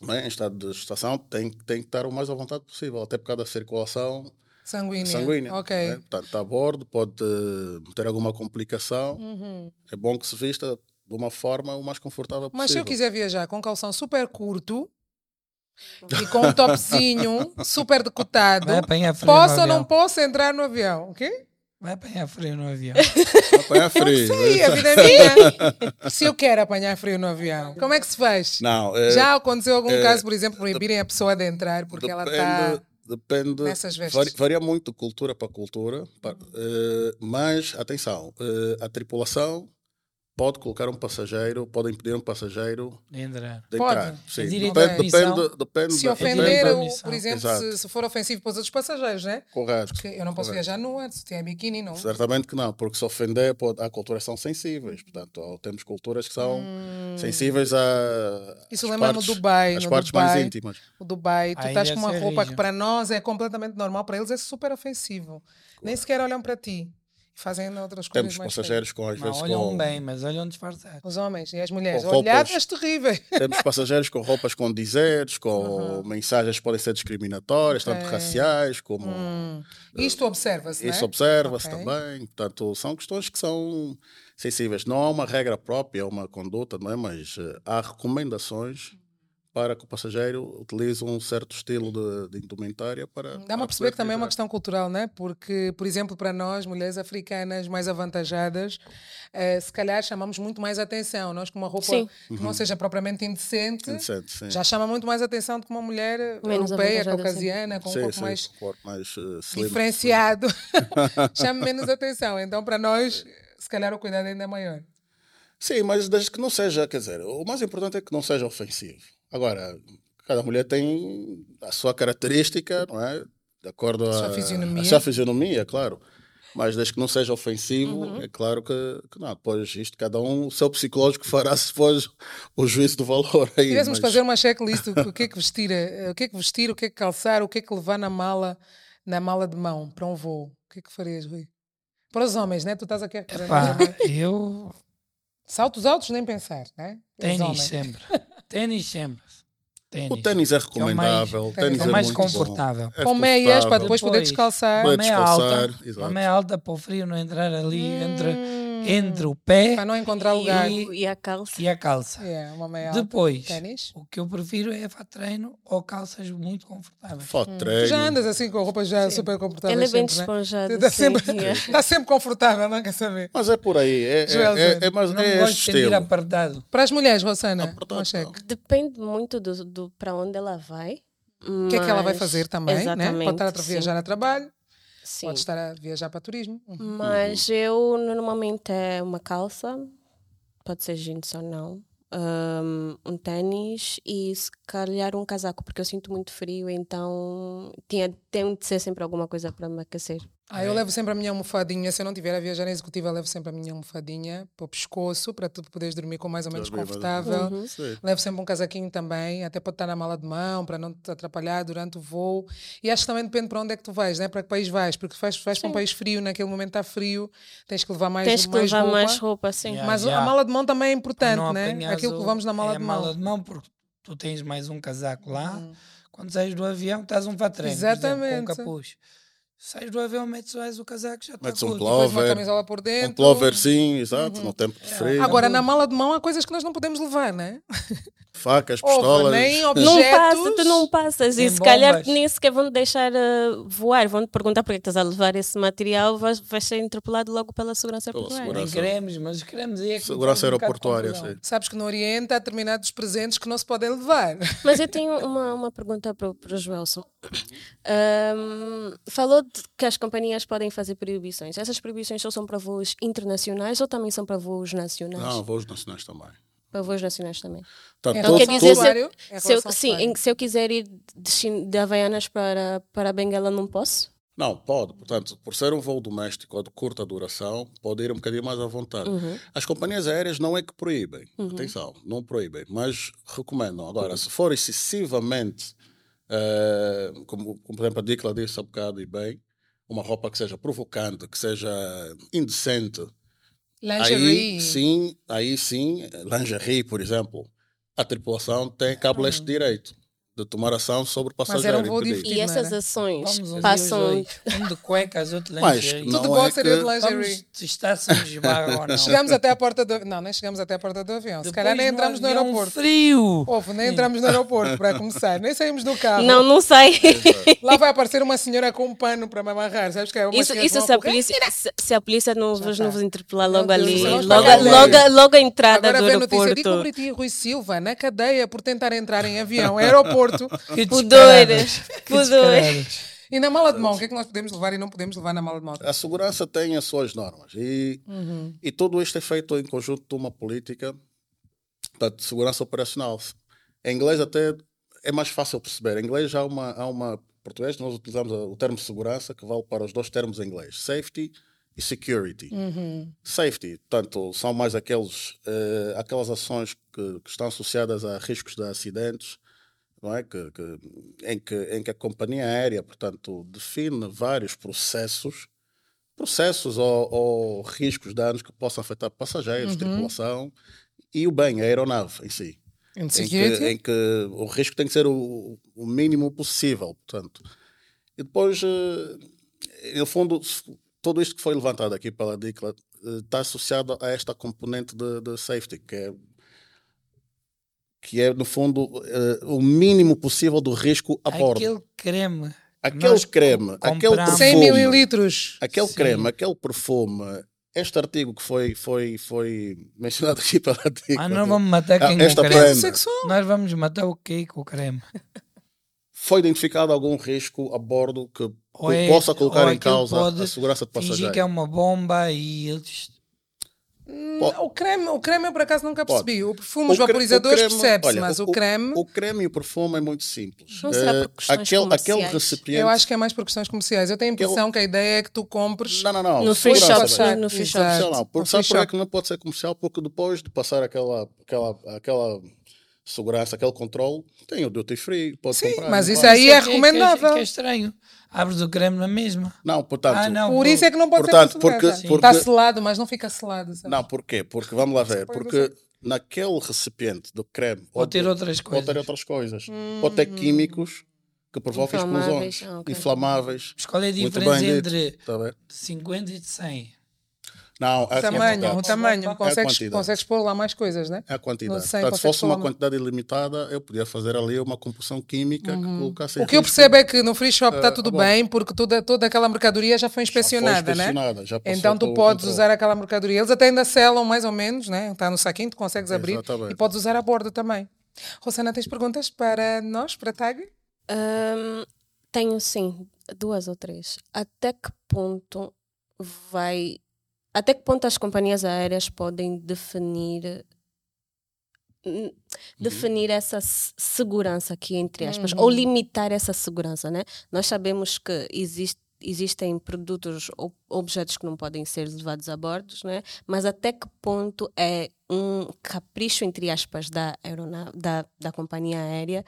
[SPEAKER 4] não é, em estado de gestação, tem, tem que estar o mais à vontade possível, até por causa da circulação
[SPEAKER 3] Sanguínea.
[SPEAKER 4] sanguínea.
[SPEAKER 3] Ok.
[SPEAKER 4] né? Portanto, está a bordo, pode eh, ter alguma complicação.
[SPEAKER 3] Uhum.
[SPEAKER 4] É bom que se vista de uma forma o mais confortável possível.
[SPEAKER 3] Mas se eu quiser viajar com um calção super curto e com um topzinho super decotado,
[SPEAKER 2] Vai apanhar frio
[SPEAKER 3] posso
[SPEAKER 2] no
[SPEAKER 3] ou
[SPEAKER 2] avião.
[SPEAKER 3] não posso entrar no avião? Ok?
[SPEAKER 2] Vai apanhar frio no avião.
[SPEAKER 4] Apanhar frio. né?
[SPEAKER 3] Sim, a vida é minha. se eu quero apanhar frio no avião, como é que se faz?
[SPEAKER 4] Não, eh,
[SPEAKER 3] Já aconteceu algum caso, por exemplo, proibirem a pessoa de entrar porque ela tá está.
[SPEAKER 4] depende,
[SPEAKER 3] nessas vestes.
[SPEAKER 4] vari- varia muito de cultura para cultura,
[SPEAKER 3] Uhum.
[SPEAKER 4] pa- eh, mas atenção, eh, a tripulação pode colocar um passageiro, pode impedir um passageiro
[SPEAKER 2] Entrar.
[SPEAKER 4] de
[SPEAKER 3] Pode.
[SPEAKER 4] entrar. Sim,
[SPEAKER 2] É direito à
[SPEAKER 4] depende,
[SPEAKER 2] admissão.
[SPEAKER 4] depende, depende,
[SPEAKER 3] Se
[SPEAKER 4] da-
[SPEAKER 3] ofender,
[SPEAKER 4] depende-
[SPEAKER 2] Lembra-
[SPEAKER 3] o, por exemplo,
[SPEAKER 4] Exato.
[SPEAKER 3] se, se for ofensivo para os outros passageiros, né?
[SPEAKER 4] correto.
[SPEAKER 3] Porque eu não posso
[SPEAKER 4] Correto.
[SPEAKER 3] viajar nua, se tem biquíni, não.
[SPEAKER 4] Certamente que não, porque se ofender, pode, há culturas que são sensíveis. Portanto, ó, temos culturas que são sensíveis a.
[SPEAKER 3] Hum. Isso
[SPEAKER 4] às
[SPEAKER 3] lembra-me
[SPEAKER 4] partes-
[SPEAKER 3] do Dubai,
[SPEAKER 4] Às
[SPEAKER 3] no
[SPEAKER 4] partes mais
[SPEAKER 3] Dubai.
[SPEAKER 4] íntimas.
[SPEAKER 3] O Dubai, tu
[SPEAKER 2] Aí
[SPEAKER 3] estás
[SPEAKER 2] deve
[SPEAKER 3] com uma
[SPEAKER 2] ser
[SPEAKER 3] roupa que
[SPEAKER 2] rígido.
[SPEAKER 3] para nós é completamente normal, para eles é super ofensivo. Nem sequer olham para ti. Fazem outras coisas
[SPEAKER 4] Temos
[SPEAKER 3] mais
[SPEAKER 4] passageiros com, às
[SPEAKER 2] Não,
[SPEAKER 4] vezes,
[SPEAKER 2] olham
[SPEAKER 3] um
[SPEAKER 4] com,
[SPEAKER 2] bem, mas olham disfarçados.
[SPEAKER 3] feias. Os homens e as mulheres.
[SPEAKER 4] Com roupas.
[SPEAKER 3] Olhadas terríveis.
[SPEAKER 4] Temos passageiros com roupas condizentes, com mensagens que podem ser discriminatórias, tanto
[SPEAKER 3] Ok.
[SPEAKER 4] raciais como.
[SPEAKER 3] Hum. Isto observa-se,
[SPEAKER 4] Isso
[SPEAKER 3] né?
[SPEAKER 4] observa-se
[SPEAKER 3] Ok.
[SPEAKER 4] também. Portanto, são questões que são sensíveis. Não há uma regra própria, uma conduta, não é? mas eh, há recomendações para que o passageiro utilize um certo estilo de, de indumentária para.
[SPEAKER 3] Dá
[SPEAKER 4] para
[SPEAKER 3] para perceber que
[SPEAKER 4] poder
[SPEAKER 3] também é uma
[SPEAKER 4] viajar.
[SPEAKER 3] questão cultural, né? Porque, por exemplo, para nós, mulheres africanas mais avantajadas, eh, se calhar chamamos muito mais atenção. Nós com uma roupa
[SPEAKER 5] Sim.
[SPEAKER 3] que não seja propriamente indecente,
[SPEAKER 4] Interessante, Uhum. sim.
[SPEAKER 3] já chama muito mais atenção do que uma mulher
[SPEAKER 5] Menos
[SPEAKER 3] europeia,
[SPEAKER 5] avantajada, sim.
[SPEAKER 3] caucasiana, com um
[SPEAKER 4] Sim,
[SPEAKER 3] pouco
[SPEAKER 4] sim,
[SPEAKER 3] mais
[SPEAKER 4] um corpo mais eh, slim.
[SPEAKER 3] diferenciado, chama menos atenção. Então, para nós, se calhar o cuidado ainda é maior.
[SPEAKER 4] Sim, mas desde que não seja, quer dizer, o mais importante é que não seja ofensivo. Agora, cada mulher tem a sua característica, não é? De acordo
[SPEAKER 3] sua
[SPEAKER 4] à
[SPEAKER 3] fisionomia.
[SPEAKER 4] à sua fisionomia, claro. Mas desde que não seja ofensivo, é claro que, que não. Depois isto, cada um, o seu psicológico fará se depois o juízo do valor aí.
[SPEAKER 3] Tivéssemos
[SPEAKER 4] mas-
[SPEAKER 3] fazer uma checklist do que- o que é que vestir, eh, o que é que vestir, o que é que calçar, o que é que levar na mala, na mala de mão para um voo. O que é que farias, Rui? Para os homens, né? Tu estás aqui a
[SPEAKER 2] Pá,
[SPEAKER 3] representar.
[SPEAKER 2] eu
[SPEAKER 3] Saltos altos nem pensar, né? Os
[SPEAKER 2] ténis É
[SPEAKER 3] homens.
[SPEAKER 2] sempre. Ténis sempre.
[SPEAKER 4] O
[SPEAKER 2] Ténis.
[SPEAKER 4] ténis é
[SPEAKER 2] que é o mais-
[SPEAKER 4] recomendável. o ténis
[SPEAKER 2] É
[SPEAKER 4] é,
[SPEAKER 2] o mais
[SPEAKER 4] muito
[SPEAKER 2] confortável.
[SPEAKER 4] Bom. É
[SPEAKER 3] Com meias para
[SPEAKER 4] confortável.
[SPEAKER 3] depois poder
[SPEAKER 2] Depois.
[SPEAKER 3] descalçar.
[SPEAKER 2] Uma
[SPEAKER 4] Pode
[SPEAKER 2] meia
[SPEAKER 4] descansar,
[SPEAKER 2] alta. Uma
[SPEAKER 4] exato.
[SPEAKER 2] meia alta para o frio não entrar ali entre,
[SPEAKER 3] Hum,
[SPEAKER 2] entre o pé
[SPEAKER 3] Para não encontrar lugar.
[SPEAKER 2] E-
[SPEAKER 5] E a calça.
[SPEAKER 2] e a calça.
[SPEAKER 3] Yeah, uma meia É alta.
[SPEAKER 2] Depois,
[SPEAKER 3] Ténis.
[SPEAKER 2] o que eu prefiro é para treino ou calças muito confortáveis.
[SPEAKER 4] Foto,
[SPEAKER 3] Tu
[SPEAKER 4] treino.
[SPEAKER 3] já andas assim com a roupa já super confortável.
[SPEAKER 5] Ela é
[SPEAKER 3] sempre,
[SPEAKER 5] bem
[SPEAKER 3] né?
[SPEAKER 5] desponjada.
[SPEAKER 3] Está
[SPEAKER 5] sim, é.
[SPEAKER 3] sempre,
[SPEAKER 5] yeah.
[SPEAKER 3] tá sempre confortável, não quer saber.
[SPEAKER 4] Mas é por aí. É, é,
[SPEAKER 3] Joel,
[SPEAKER 4] é, é mais
[SPEAKER 2] Não
[SPEAKER 4] é
[SPEAKER 2] gosto
[SPEAKER 4] este
[SPEAKER 2] de sentir
[SPEAKER 4] estilo.
[SPEAKER 2] apertado.
[SPEAKER 3] Para as mulheres, Rosana,
[SPEAKER 4] Apertado,
[SPEAKER 3] uma cheque.
[SPEAKER 5] Depende muito do, do para onde ela vai.
[SPEAKER 3] O que é que ela vai fazer também, né? Pode estar a tra- viajar a trabalho,
[SPEAKER 5] Sim.
[SPEAKER 3] pode estar a viajar para turismo. Uhum.
[SPEAKER 5] Mas eu normalmente é uma calça, pode ser jeans ou não, um, um ténis e se calhar um casaco, porque eu sinto muito frio, então tinha, tem de ser sempre alguma coisa para me aquecer.
[SPEAKER 3] Ah,
[SPEAKER 5] É.
[SPEAKER 3] eu levo sempre a minha almofadinha, se eu não tiver a viajar em executiva, eu levo sempre a minha almofadinha para o pescoço, para tu poderes dormir com mais ou menos
[SPEAKER 4] Dormir, mas-
[SPEAKER 3] confortável.
[SPEAKER 4] Sim.
[SPEAKER 3] Levo sempre um casaquinho também, até pode estar na mala de mão, para não te atrapalhar durante o voo. E acho que também depende para onde é que tu vais, né? para que país vais, porque vais, vais para um país frio, naquele momento está frio, tens que levar mais,
[SPEAKER 5] Tens que
[SPEAKER 3] mais
[SPEAKER 5] levar
[SPEAKER 3] roupa.
[SPEAKER 5] mais roupa, sim.
[SPEAKER 2] Yeah.
[SPEAKER 3] Mas a
[SPEAKER 2] Yeah.
[SPEAKER 3] mala de mão também é importante,
[SPEAKER 2] Não
[SPEAKER 3] né?
[SPEAKER 2] apanhas
[SPEAKER 3] Aquilo que
[SPEAKER 2] o-
[SPEAKER 3] levamos na mala
[SPEAKER 2] é a
[SPEAKER 3] de mão. Hum.
[SPEAKER 2] mala de mão, porque tu tens mais um casaco lá. Quando sais do avião, estás um para treino. por exemplo,
[SPEAKER 3] Exatamente.
[SPEAKER 2] Com capuz. sais do avião, metes mais o casaco, já está
[SPEAKER 4] Metes um
[SPEAKER 2] curto.
[SPEAKER 4] plau.
[SPEAKER 3] Depois uma
[SPEAKER 4] Plover.
[SPEAKER 3] camisola por
[SPEAKER 4] Um
[SPEAKER 3] dentro.
[SPEAKER 4] ploverzinho, exato, no tempo de frio.
[SPEAKER 3] Então, Agora, na mala de mão há coisas que nós não podemos levar, né?
[SPEAKER 4] Facas,
[SPEAKER 3] Ou
[SPEAKER 4] pistolas.
[SPEAKER 3] nem objetos.
[SPEAKER 5] Não passa, tu não passas.
[SPEAKER 2] Em
[SPEAKER 5] E se calhar
[SPEAKER 2] bombas.
[SPEAKER 5] nem sequer vão te deixar eh, voar. Vão te perguntar porque é que estás a levar esse material. Vais, vais ser interpelado logo pela segurança
[SPEAKER 4] Pela
[SPEAKER 5] portuária.
[SPEAKER 4] segurança.
[SPEAKER 2] Nem queremos, mas os queremos aí é que me
[SPEAKER 4] Segurança
[SPEAKER 2] faz um bocado de
[SPEAKER 4] aeroportuária,
[SPEAKER 2] confusão.
[SPEAKER 4] sim.
[SPEAKER 3] Sabes que no Oriente há determinados presentes que não se podem levar.
[SPEAKER 5] Mas eu tenho uma, uma pergunta para, o- para o Joelson. Ahm, falou de que as companhias podem fazer proibições. Essas proibições só são para voos internacionais ou também são para voos nacionais?
[SPEAKER 4] Não, voos nacionais também.
[SPEAKER 5] Para voos nacionais também.
[SPEAKER 4] Tá,
[SPEAKER 3] Em
[SPEAKER 5] Então,
[SPEAKER 4] todo-
[SPEAKER 5] É, quer
[SPEAKER 3] relação ao
[SPEAKER 5] dizer, se
[SPEAKER 3] salário,
[SPEAKER 5] eu,
[SPEAKER 3] em
[SPEAKER 5] se eu-
[SPEAKER 3] relação ao
[SPEAKER 5] sim,
[SPEAKER 3] salário.
[SPEAKER 5] em- se eu quiser ir de, Chin- de Havaianas para, para Benguela, não posso?
[SPEAKER 4] Não, pode. Portanto, por ser um voo doméstico ou de curta duração, pode ir um bocadinho mais à vontade. As companhias aéreas não é que proíbem. Atenção, não proíbem, mas recomendam. Agora, se for excessivamente, eh, como, como, por exemplo a Dicla disse há bocado e bem, uma roupa que seja provocante, que seja indecente,
[SPEAKER 3] Lingerie.
[SPEAKER 4] aí sim, aí sim, lingerie, por exemplo, a tripulação tem cabo este direito de tomar ação sobre o
[SPEAKER 3] Mas
[SPEAKER 4] passageiro.
[SPEAKER 3] era um voo
[SPEAKER 4] impedido.
[SPEAKER 5] E
[SPEAKER 3] Não
[SPEAKER 5] essas
[SPEAKER 3] era.
[SPEAKER 5] ações
[SPEAKER 2] Vamos um
[SPEAKER 5] passam.
[SPEAKER 2] dia os dois. Um de cuecas, outro
[SPEAKER 4] Mas
[SPEAKER 2] lingerie.
[SPEAKER 4] não
[SPEAKER 3] Tudo
[SPEAKER 4] é
[SPEAKER 3] bom seria de
[SPEAKER 4] que-
[SPEAKER 3] lingerie.
[SPEAKER 2] Vamos testar se nos esbarra ou não.
[SPEAKER 3] Chegamos até à porta do Não, nem chegamos até à porta do avião. Se
[SPEAKER 2] Depois
[SPEAKER 3] calhar nem entramos
[SPEAKER 4] é
[SPEAKER 3] no
[SPEAKER 4] um
[SPEAKER 2] avião
[SPEAKER 3] aeroporto.
[SPEAKER 2] um
[SPEAKER 3] Oh,
[SPEAKER 2] frio.
[SPEAKER 3] Ovo, nem entramos no aeroporto para começar, nem saímos do carro.
[SPEAKER 5] Não, não sei.
[SPEAKER 3] Lá vai aparecer uma senhora com um pano para me amarrar, sabes que é uma
[SPEAKER 5] Isso,
[SPEAKER 3] senhora
[SPEAKER 5] isso
[SPEAKER 3] com
[SPEAKER 5] se, a
[SPEAKER 3] uma-
[SPEAKER 5] polícia, se, se a polícia não vos, não
[SPEAKER 3] tá.
[SPEAKER 5] vos interpelar
[SPEAKER 3] Meu
[SPEAKER 5] logo
[SPEAKER 3] Deus,
[SPEAKER 5] ali,
[SPEAKER 4] vamos
[SPEAKER 5] logo,
[SPEAKER 4] pagar lei.
[SPEAKER 5] logo, logo a entrada
[SPEAKER 3] Agora
[SPEAKER 5] do
[SPEAKER 3] vem a notícia de
[SPEAKER 5] aeroporto.
[SPEAKER 3] Cubriti e Rui Silva na cadeia por tentar entrar em avião, aeroporto.
[SPEAKER 2] Que
[SPEAKER 5] Pudor,
[SPEAKER 2] descarados. Que
[SPEAKER 5] pudor.
[SPEAKER 2] descarados.
[SPEAKER 3] E na mala de mão, o que é que nós podemos levar e não podemos levar na mala de mão?
[SPEAKER 4] A segurança tem as suas normas e, e tudo isto é feito em conjunto de uma política da de segurança operacional. Em inglês até é mais fácil perceber. Em inglês há uma, há uma português, nós utilizamos o termo segurança que vale para os dois termos em inglês, safety e security. Safety, portanto, são mais aqueles, eh, aquelas ações que, que estão associadas a riscos de acidentes, não é? que, que- em, que, em que a companhia aérea, portanto, define vários processos, processos ou, ou riscos, danos que possam afetar
[SPEAKER 2] Uhum.
[SPEAKER 4] passageiros, tripulação e o bem, a aeronave em si.
[SPEAKER 3] Em
[SPEAKER 4] Em que, é em que o risco tem que ser o, o mínimo possível, portanto. E depois, eh, no fundo, se- tudo isto que foi levantado aqui pela DICLA eh, está associado a esta componente de, de safety, que é, que é no fundo, eh, o mínimo possível do risco a bordo.
[SPEAKER 2] Aquele creme.
[SPEAKER 4] Aquele
[SPEAKER 2] nós
[SPEAKER 4] creme,
[SPEAKER 2] com-
[SPEAKER 4] aquele
[SPEAKER 2] compramos-
[SPEAKER 3] 100
[SPEAKER 4] perfume.
[SPEAKER 3] mililitros.
[SPEAKER 4] Aquele
[SPEAKER 2] Sim.
[SPEAKER 4] creme, aquele perfume, este artigo que foi, foi, foi mencionado aqui pela DICLA.
[SPEAKER 2] Ah, não vamos matar
[SPEAKER 4] Ah,
[SPEAKER 2] quem com
[SPEAKER 4] esta
[SPEAKER 2] creme.
[SPEAKER 4] prenda.
[SPEAKER 3] Sexual.
[SPEAKER 2] Nós vamos matar o quê com o creme?
[SPEAKER 4] foi identificado algum risco a bordo que, que
[SPEAKER 2] Ou é-
[SPEAKER 4] possa colocar
[SPEAKER 2] ou
[SPEAKER 4] em
[SPEAKER 2] aquilo
[SPEAKER 4] causa
[SPEAKER 2] pode
[SPEAKER 4] a segurança de
[SPEAKER 2] Fingir
[SPEAKER 4] passageiros.
[SPEAKER 2] que é uma bomba e eles.
[SPEAKER 3] O creme, o creme eu por acaso nunca
[SPEAKER 4] Pode.
[SPEAKER 3] percebi. O
[SPEAKER 4] O
[SPEAKER 2] um-
[SPEAKER 3] perfume, os
[SPEAKER 4] cre-
[SPEAKER 3] vaporizadores
[SPEAKER 4] o creme-
[SPEAKER 3] percebe-se,
[SPEAKER 4] olha,
[SPEAKER 3] mas o, creme
[SPEAKER 4] O creme e o perfume é muito simples.
[SPEAKER 5] Não será por
[SPEAKER 4] Eh,
[SPEAKER 5] questões
[SPEAKER 4] aquele, aquele
[SPEAKER 5] comerciais?
[SPEAKER 4] recipiente.
[SPEAKER 3] eu acho que é mais por questões comerciais. Eu tenho a
[SPEAKER 4] Aquele-
[SPEAKER 3] impressão que a ideia é que tu compres.
[SPEAKER 4] Não, não, não.
[SPEAKER 5] No free
[SPEAKER 4] segurança,
[SPEAKER 5] shops,
[SPEAKER 4] velho.
[SPEAKER 5] no free
[SPEAKER 3] Exato.
[SPEAKER 5] shops.
[SPEAKER 4] Sei lá,
[SPEAKER 3] No
[SPEAKER 4] porque
[SPEAKER 3] free
[SPEAKER 4] sabe por é
[SPEAKER 3] shop.
[SPEAKER 4] que não pode ser comercial? Porque depois de passar aquela, aquela, aquela segurança, aquele controle, tem o duty free, pode
[SPEAKER 3] Sim,
[SPEAKER 4] comprar.
[SPEAKER 3] mas
[SPEAKER 4] não
[SPEAKER 3] isso
[SPEAKER 4] pode.
[SPEAKER 3] aí
[SPEAKER 2] Isso
[SPEAKER 3] é
[SPEAKER 2] que que
[SPEAKER 3] recomendável.
[SPEAKER 2] Que é estranho. Abres o creme na mesma.
[SPEAKER 4] Não, portanto.
[SPEAKER 2] Ah, não.
[SPEAKER 3] Por isso é que não pode
[SPEAKER 4] Portanto,
[SPEAKER 3] ser considerado.
[SPEAKER 4] porque-
[SPEAKER 3] Está
[SPEAKER 4] porque-
[SPEAKER 3] selado, mas não fica selado. sabe?
[SPEAKER 4] Não, é porquê? Porque vamos lá ver.
[SPEAKER 3] Põe no
[SPEAKER 4] Porque naquele recipiente do creme
[SPEAKER 2] Ou ter
[SPEAKER 4] do-
[SPEAKER 2] outras coisas.
[SPEAKER 4] Pode ter outras coisas. Pode ter químicos que provocam
[SPEAKER 5] Inflamáveis,
[SPEAKER 4] explosões.
[SPEAKER 5] ah, ok.
[SPEAKER 4] Inflamáveis.
[SPEAKER 2] Mas qual é a
[SPEAKER 4] Muito
[SPEAKER 2] diferença
[SPEAKER 4] bem
[SPEAKER 2] entre
[SPEAKER 4] dito. Tá bem?
[SPEAKER 2] de 50 e de 100?
[SPEAKER 4] Não, é
[SPEAKER 3] O
[SPEAKER 4] a
[SPEAKER 3] tamanho, um o
[SPEAKER 4] quantidade. É
[SPEAKER 3] tamanho. Consegues,
[SPEAKER 4] quantidade.
[SPEAKER 3] consegues pôr lá mais coisas, né?
[SPEAKER 4] É a quantidade.
[SPEAKER 3] Não sei,
[SPEAKER 4] Portanto, se
[SPEAKER 3] consegue
[SPEAKER 4] fosse uma
[SPEAKER 3] falar-
[SPEAKER 4] quantidade ilimitada, eu podia fazer ali uma compulsão química que colocasse em
[SPEAKER 3] O que eu
[SPEAKER 4] risco.
[SPEAKER 3] percebo é que no free shop está tudo
[SPEAKER 4] Ah, bom.
[SPEAKER 3] bem, porque toda, toda aquela mercadoria já foi inspecionada, né?
[SPEAKER 4] inspecionada, já passou
[SPEAKER 3] então tu
[SPEAKER 4] pelo
[SPEAKER 3] podes
[SPEAKER 4] controle.
[SPEAKER 3] usar aquela mercadoria. Eles até ainda selam mais ou menos, né? Está no saquinho, tu consegues abrir
[SPEAKER 4] Exatamente.
[SPEAKER 3] e podes usar a bordo também. Rosana, tens perguntas para nós, para a TAG?
[SPEAKER 5] Ahm, tenho sim, duas ou três. Até que ponto vai. Até que ponto as companhias aéreas podem definir. n- Definir essa se- segurança aqui, entre aspas, ou limitar essa segurança, né? Nós sabemos que existe- existem produtos ou objetos que não podem ser levados a bordo, né? Mas até que ponto é um capricho, entre aspas, da, aeronave, da, da companhia aérea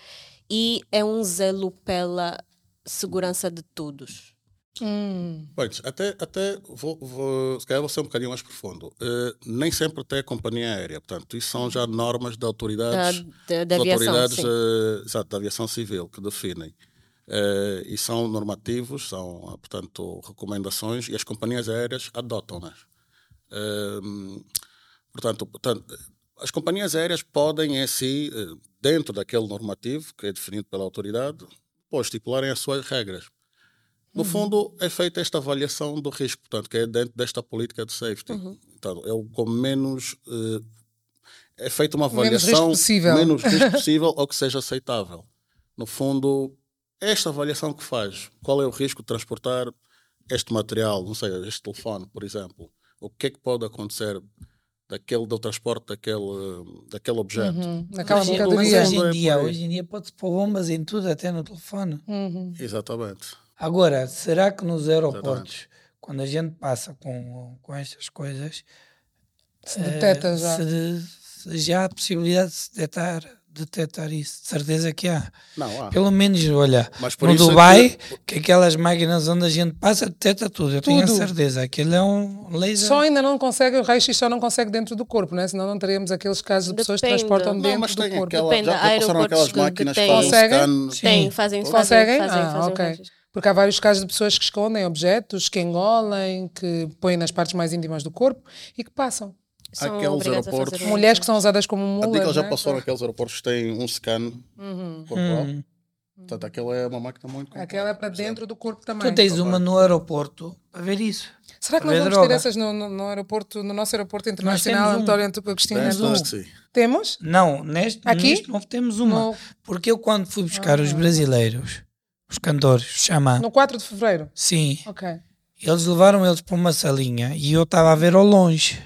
[SPEAKER 5] e é um zelo pela segurança de todos.
[SPEAKER 4] Pois, até, até vou, vou- se calhar vou ser um bocadinho mais profundo. Eh, nem sempre tem a companhia aérea, portanto, isso são já normas de
[SPEAKER 5] Da,
[SPEAKER 4] autoridades
[SPEAKER 5] da, da
[SPEAKER 4] as
[SPEAKER 5] aviação,
[SPEAKER 4] autoridades
[SPEAKER 5] sim.
[SPEAKER 4] eh, exato, da aviação civil que definem. eh, e são normativos, são, ah, portanto, recomendações e as companhias aéreas adotam-nas. Ehm, portanto, portanto, as companhias aéreas podem, em si, eh, dentro daquele normativo que é definido pela autoridade, pois, estipularem as suas regras. No
[SPEAKER 3] Uhum.
[SPEAKER 4] fundo, é feita esta avaliação do risco, portanto, que é dentro desta política de safety.
[SPEAKER 3] Uhum.
[SPEAKER 4] Então, eu com menos. eh, é feita uma
[SPEAKER 3] O menos risco
[SPEAKER 4] avaliação
[SPEAKER 3] possível.
[SPEAKER 4] menos risco possível ou que seja aceitável. No fundo, é esta avaliação que faz, qual é o risco de transportar este material, não sei, este telefone, por exemplo, o que é que pode acontecer daquele do transporte daquele, daquele objeto.
[SPEAKER 3] Naquela
[SPEAKER 2] hoje,
[SPEAKER 3] mercadoria.
[SPEAKER 2] hoje
[SPEAKER 4] É
[SPEAKER 2] em
[SPEAKER 4] por
[SPEAKER 2] dia,
[SPEAKER 4] aí.
[SPEAKER 2] hoje em dia pode-se pôr bombas em tudo, até no telefone.
[SPEAKER 3] Uhum.
[SPEAKER 4] Exatamente.
[SPEAKER 2] Agora, será que nos aeroportos, quando a gente passa com, com estas coisas,
[SPEAKER 3] Se detecta
[SPEAKER 2] eh,
[SPEAKER 3] já.
[SPEAKER 2] se de- se já há a possibilidade de se detectar, detectar isso? De certeza que há.
[SPEAKER 4] Não, há.
[SPEAKER 2] Pelo menos, olha,
[SPEAKER 4] Mas por
[SPEAKER 2] no
[SPEAKER 4] isso é
[SPEAKER 2] Dubai, que... aquelas máquinas onde a gente passa detecta tudo. Eu tenho a
[SPEAKER 3] Tudo.
[SPEAKER 2] certeza. Aquilo é um laser.
[SPEAKER 3] Só ainda não consegue, o raio-x só não consegue dentro do corpo, né? senão não teríamos aqueles casos de pessoas que
[SPEAKER 5] Depende.
[SPEAKER 3] transportam
[SPEAKER 4] Não,
[SPEAKER 5] Não,
[SPEAKER 3] dentro
[SPEAKER 4] mas
[SPEAKER 3] do
[SPEAKER 4] tem
[SPEAKER 3] corpo.
[SPEAKER 4] aquela,
[SPEAKER 5] Depende,
[SPEAKER 4] já passaram
[SPEAKER 5] aeroportos
[SPEAKER 4] aquelas
[SPEAKER 5] que- que
[SPEAKER 4] máquinas
[SPEAKER 5] têm-
[SPEAKER 4] para
[SPEAKER 3] Conseguem?
[SPEAKER 4] scan.
[SPEAKER 5] Tem, fazem, fazem,
[SPEAKER 3] Conseguem?
[SPEAKER 5] fazem,
[SPEAKER 3] ah,
[SPEAKER 5] fazem,
[SPEAKER 3] ok.
[SPEAKER 5] fazem.
[SPEAKER 3] Porque há vários casos de pessoas que escondem objetos, que engolem, que põem nas partes mais íntimas do corpo e que passam.
[SPEAKER 2] é
[SPEAKER 5] São
[SPEAKER 2] um
[SPEAKER 4] Aqueles
[SPEAKER 5] obrigadas a fazer
[SPEAKER 4] aeroportos-
[SPEAKER 5] É isso.
[SPEAKER 3] Mulheres que são usadas como
[SPEAKER 4] A dica
[SPEAKER 3] mulas.
[SPEAKER 4] já
[SPEAKER 3] né?
[SPEAKER 4] passou naqueles aeroportos que têm um scan corporal. Portanto, aquela é uma máquina muito complexa.
[SPEAKER 3] Uhum. Aquela é para dentro do corpo
[SPEAKER 2] Tu
[SPEAKER 3] também.
[SPEAKER 2] tens uma no aeroporto para ver isso.
[SPEAKER 3] Será
[SPEAKER 2] para
[SPEAKER 3] que
[SPEAKER 2] ver
[SPEAKER 3] nós vamos ter
[SPEAKER 2] droga.
[SPEAKER 3] essas no, no- no aeroporto, no nosso aeroporto
[SPEAKER 2] temos
[SPEAKER 3] internacional,
[SPEAKER 2] um.
[SPEAKER 3] António Antu- Agostinho
[SPEAKER 4] Tens,
[SPEAKER 3] Neto?
[SPEAKER 4] tens que sim.
[SPEAKER 3] Temos?
[SPEAKER 2] Não, neste,
[SPEAKER 3] Aqui? Ah,
[SPEAKER 2] neste novo temos uma.
[SPEAKER 3] No-
[SPEAKER 2] Porque eu quando fui buscar os brasileiros, os cantores, o xamã,
[SPEAKER 3] No 4 de fevereiro.
[SPEAKER 2] sim,
[SPEAKER 3] Ok. É
[SPEAKER 2] eles levaram eles para uma salinha e eu estava a ver ao longe.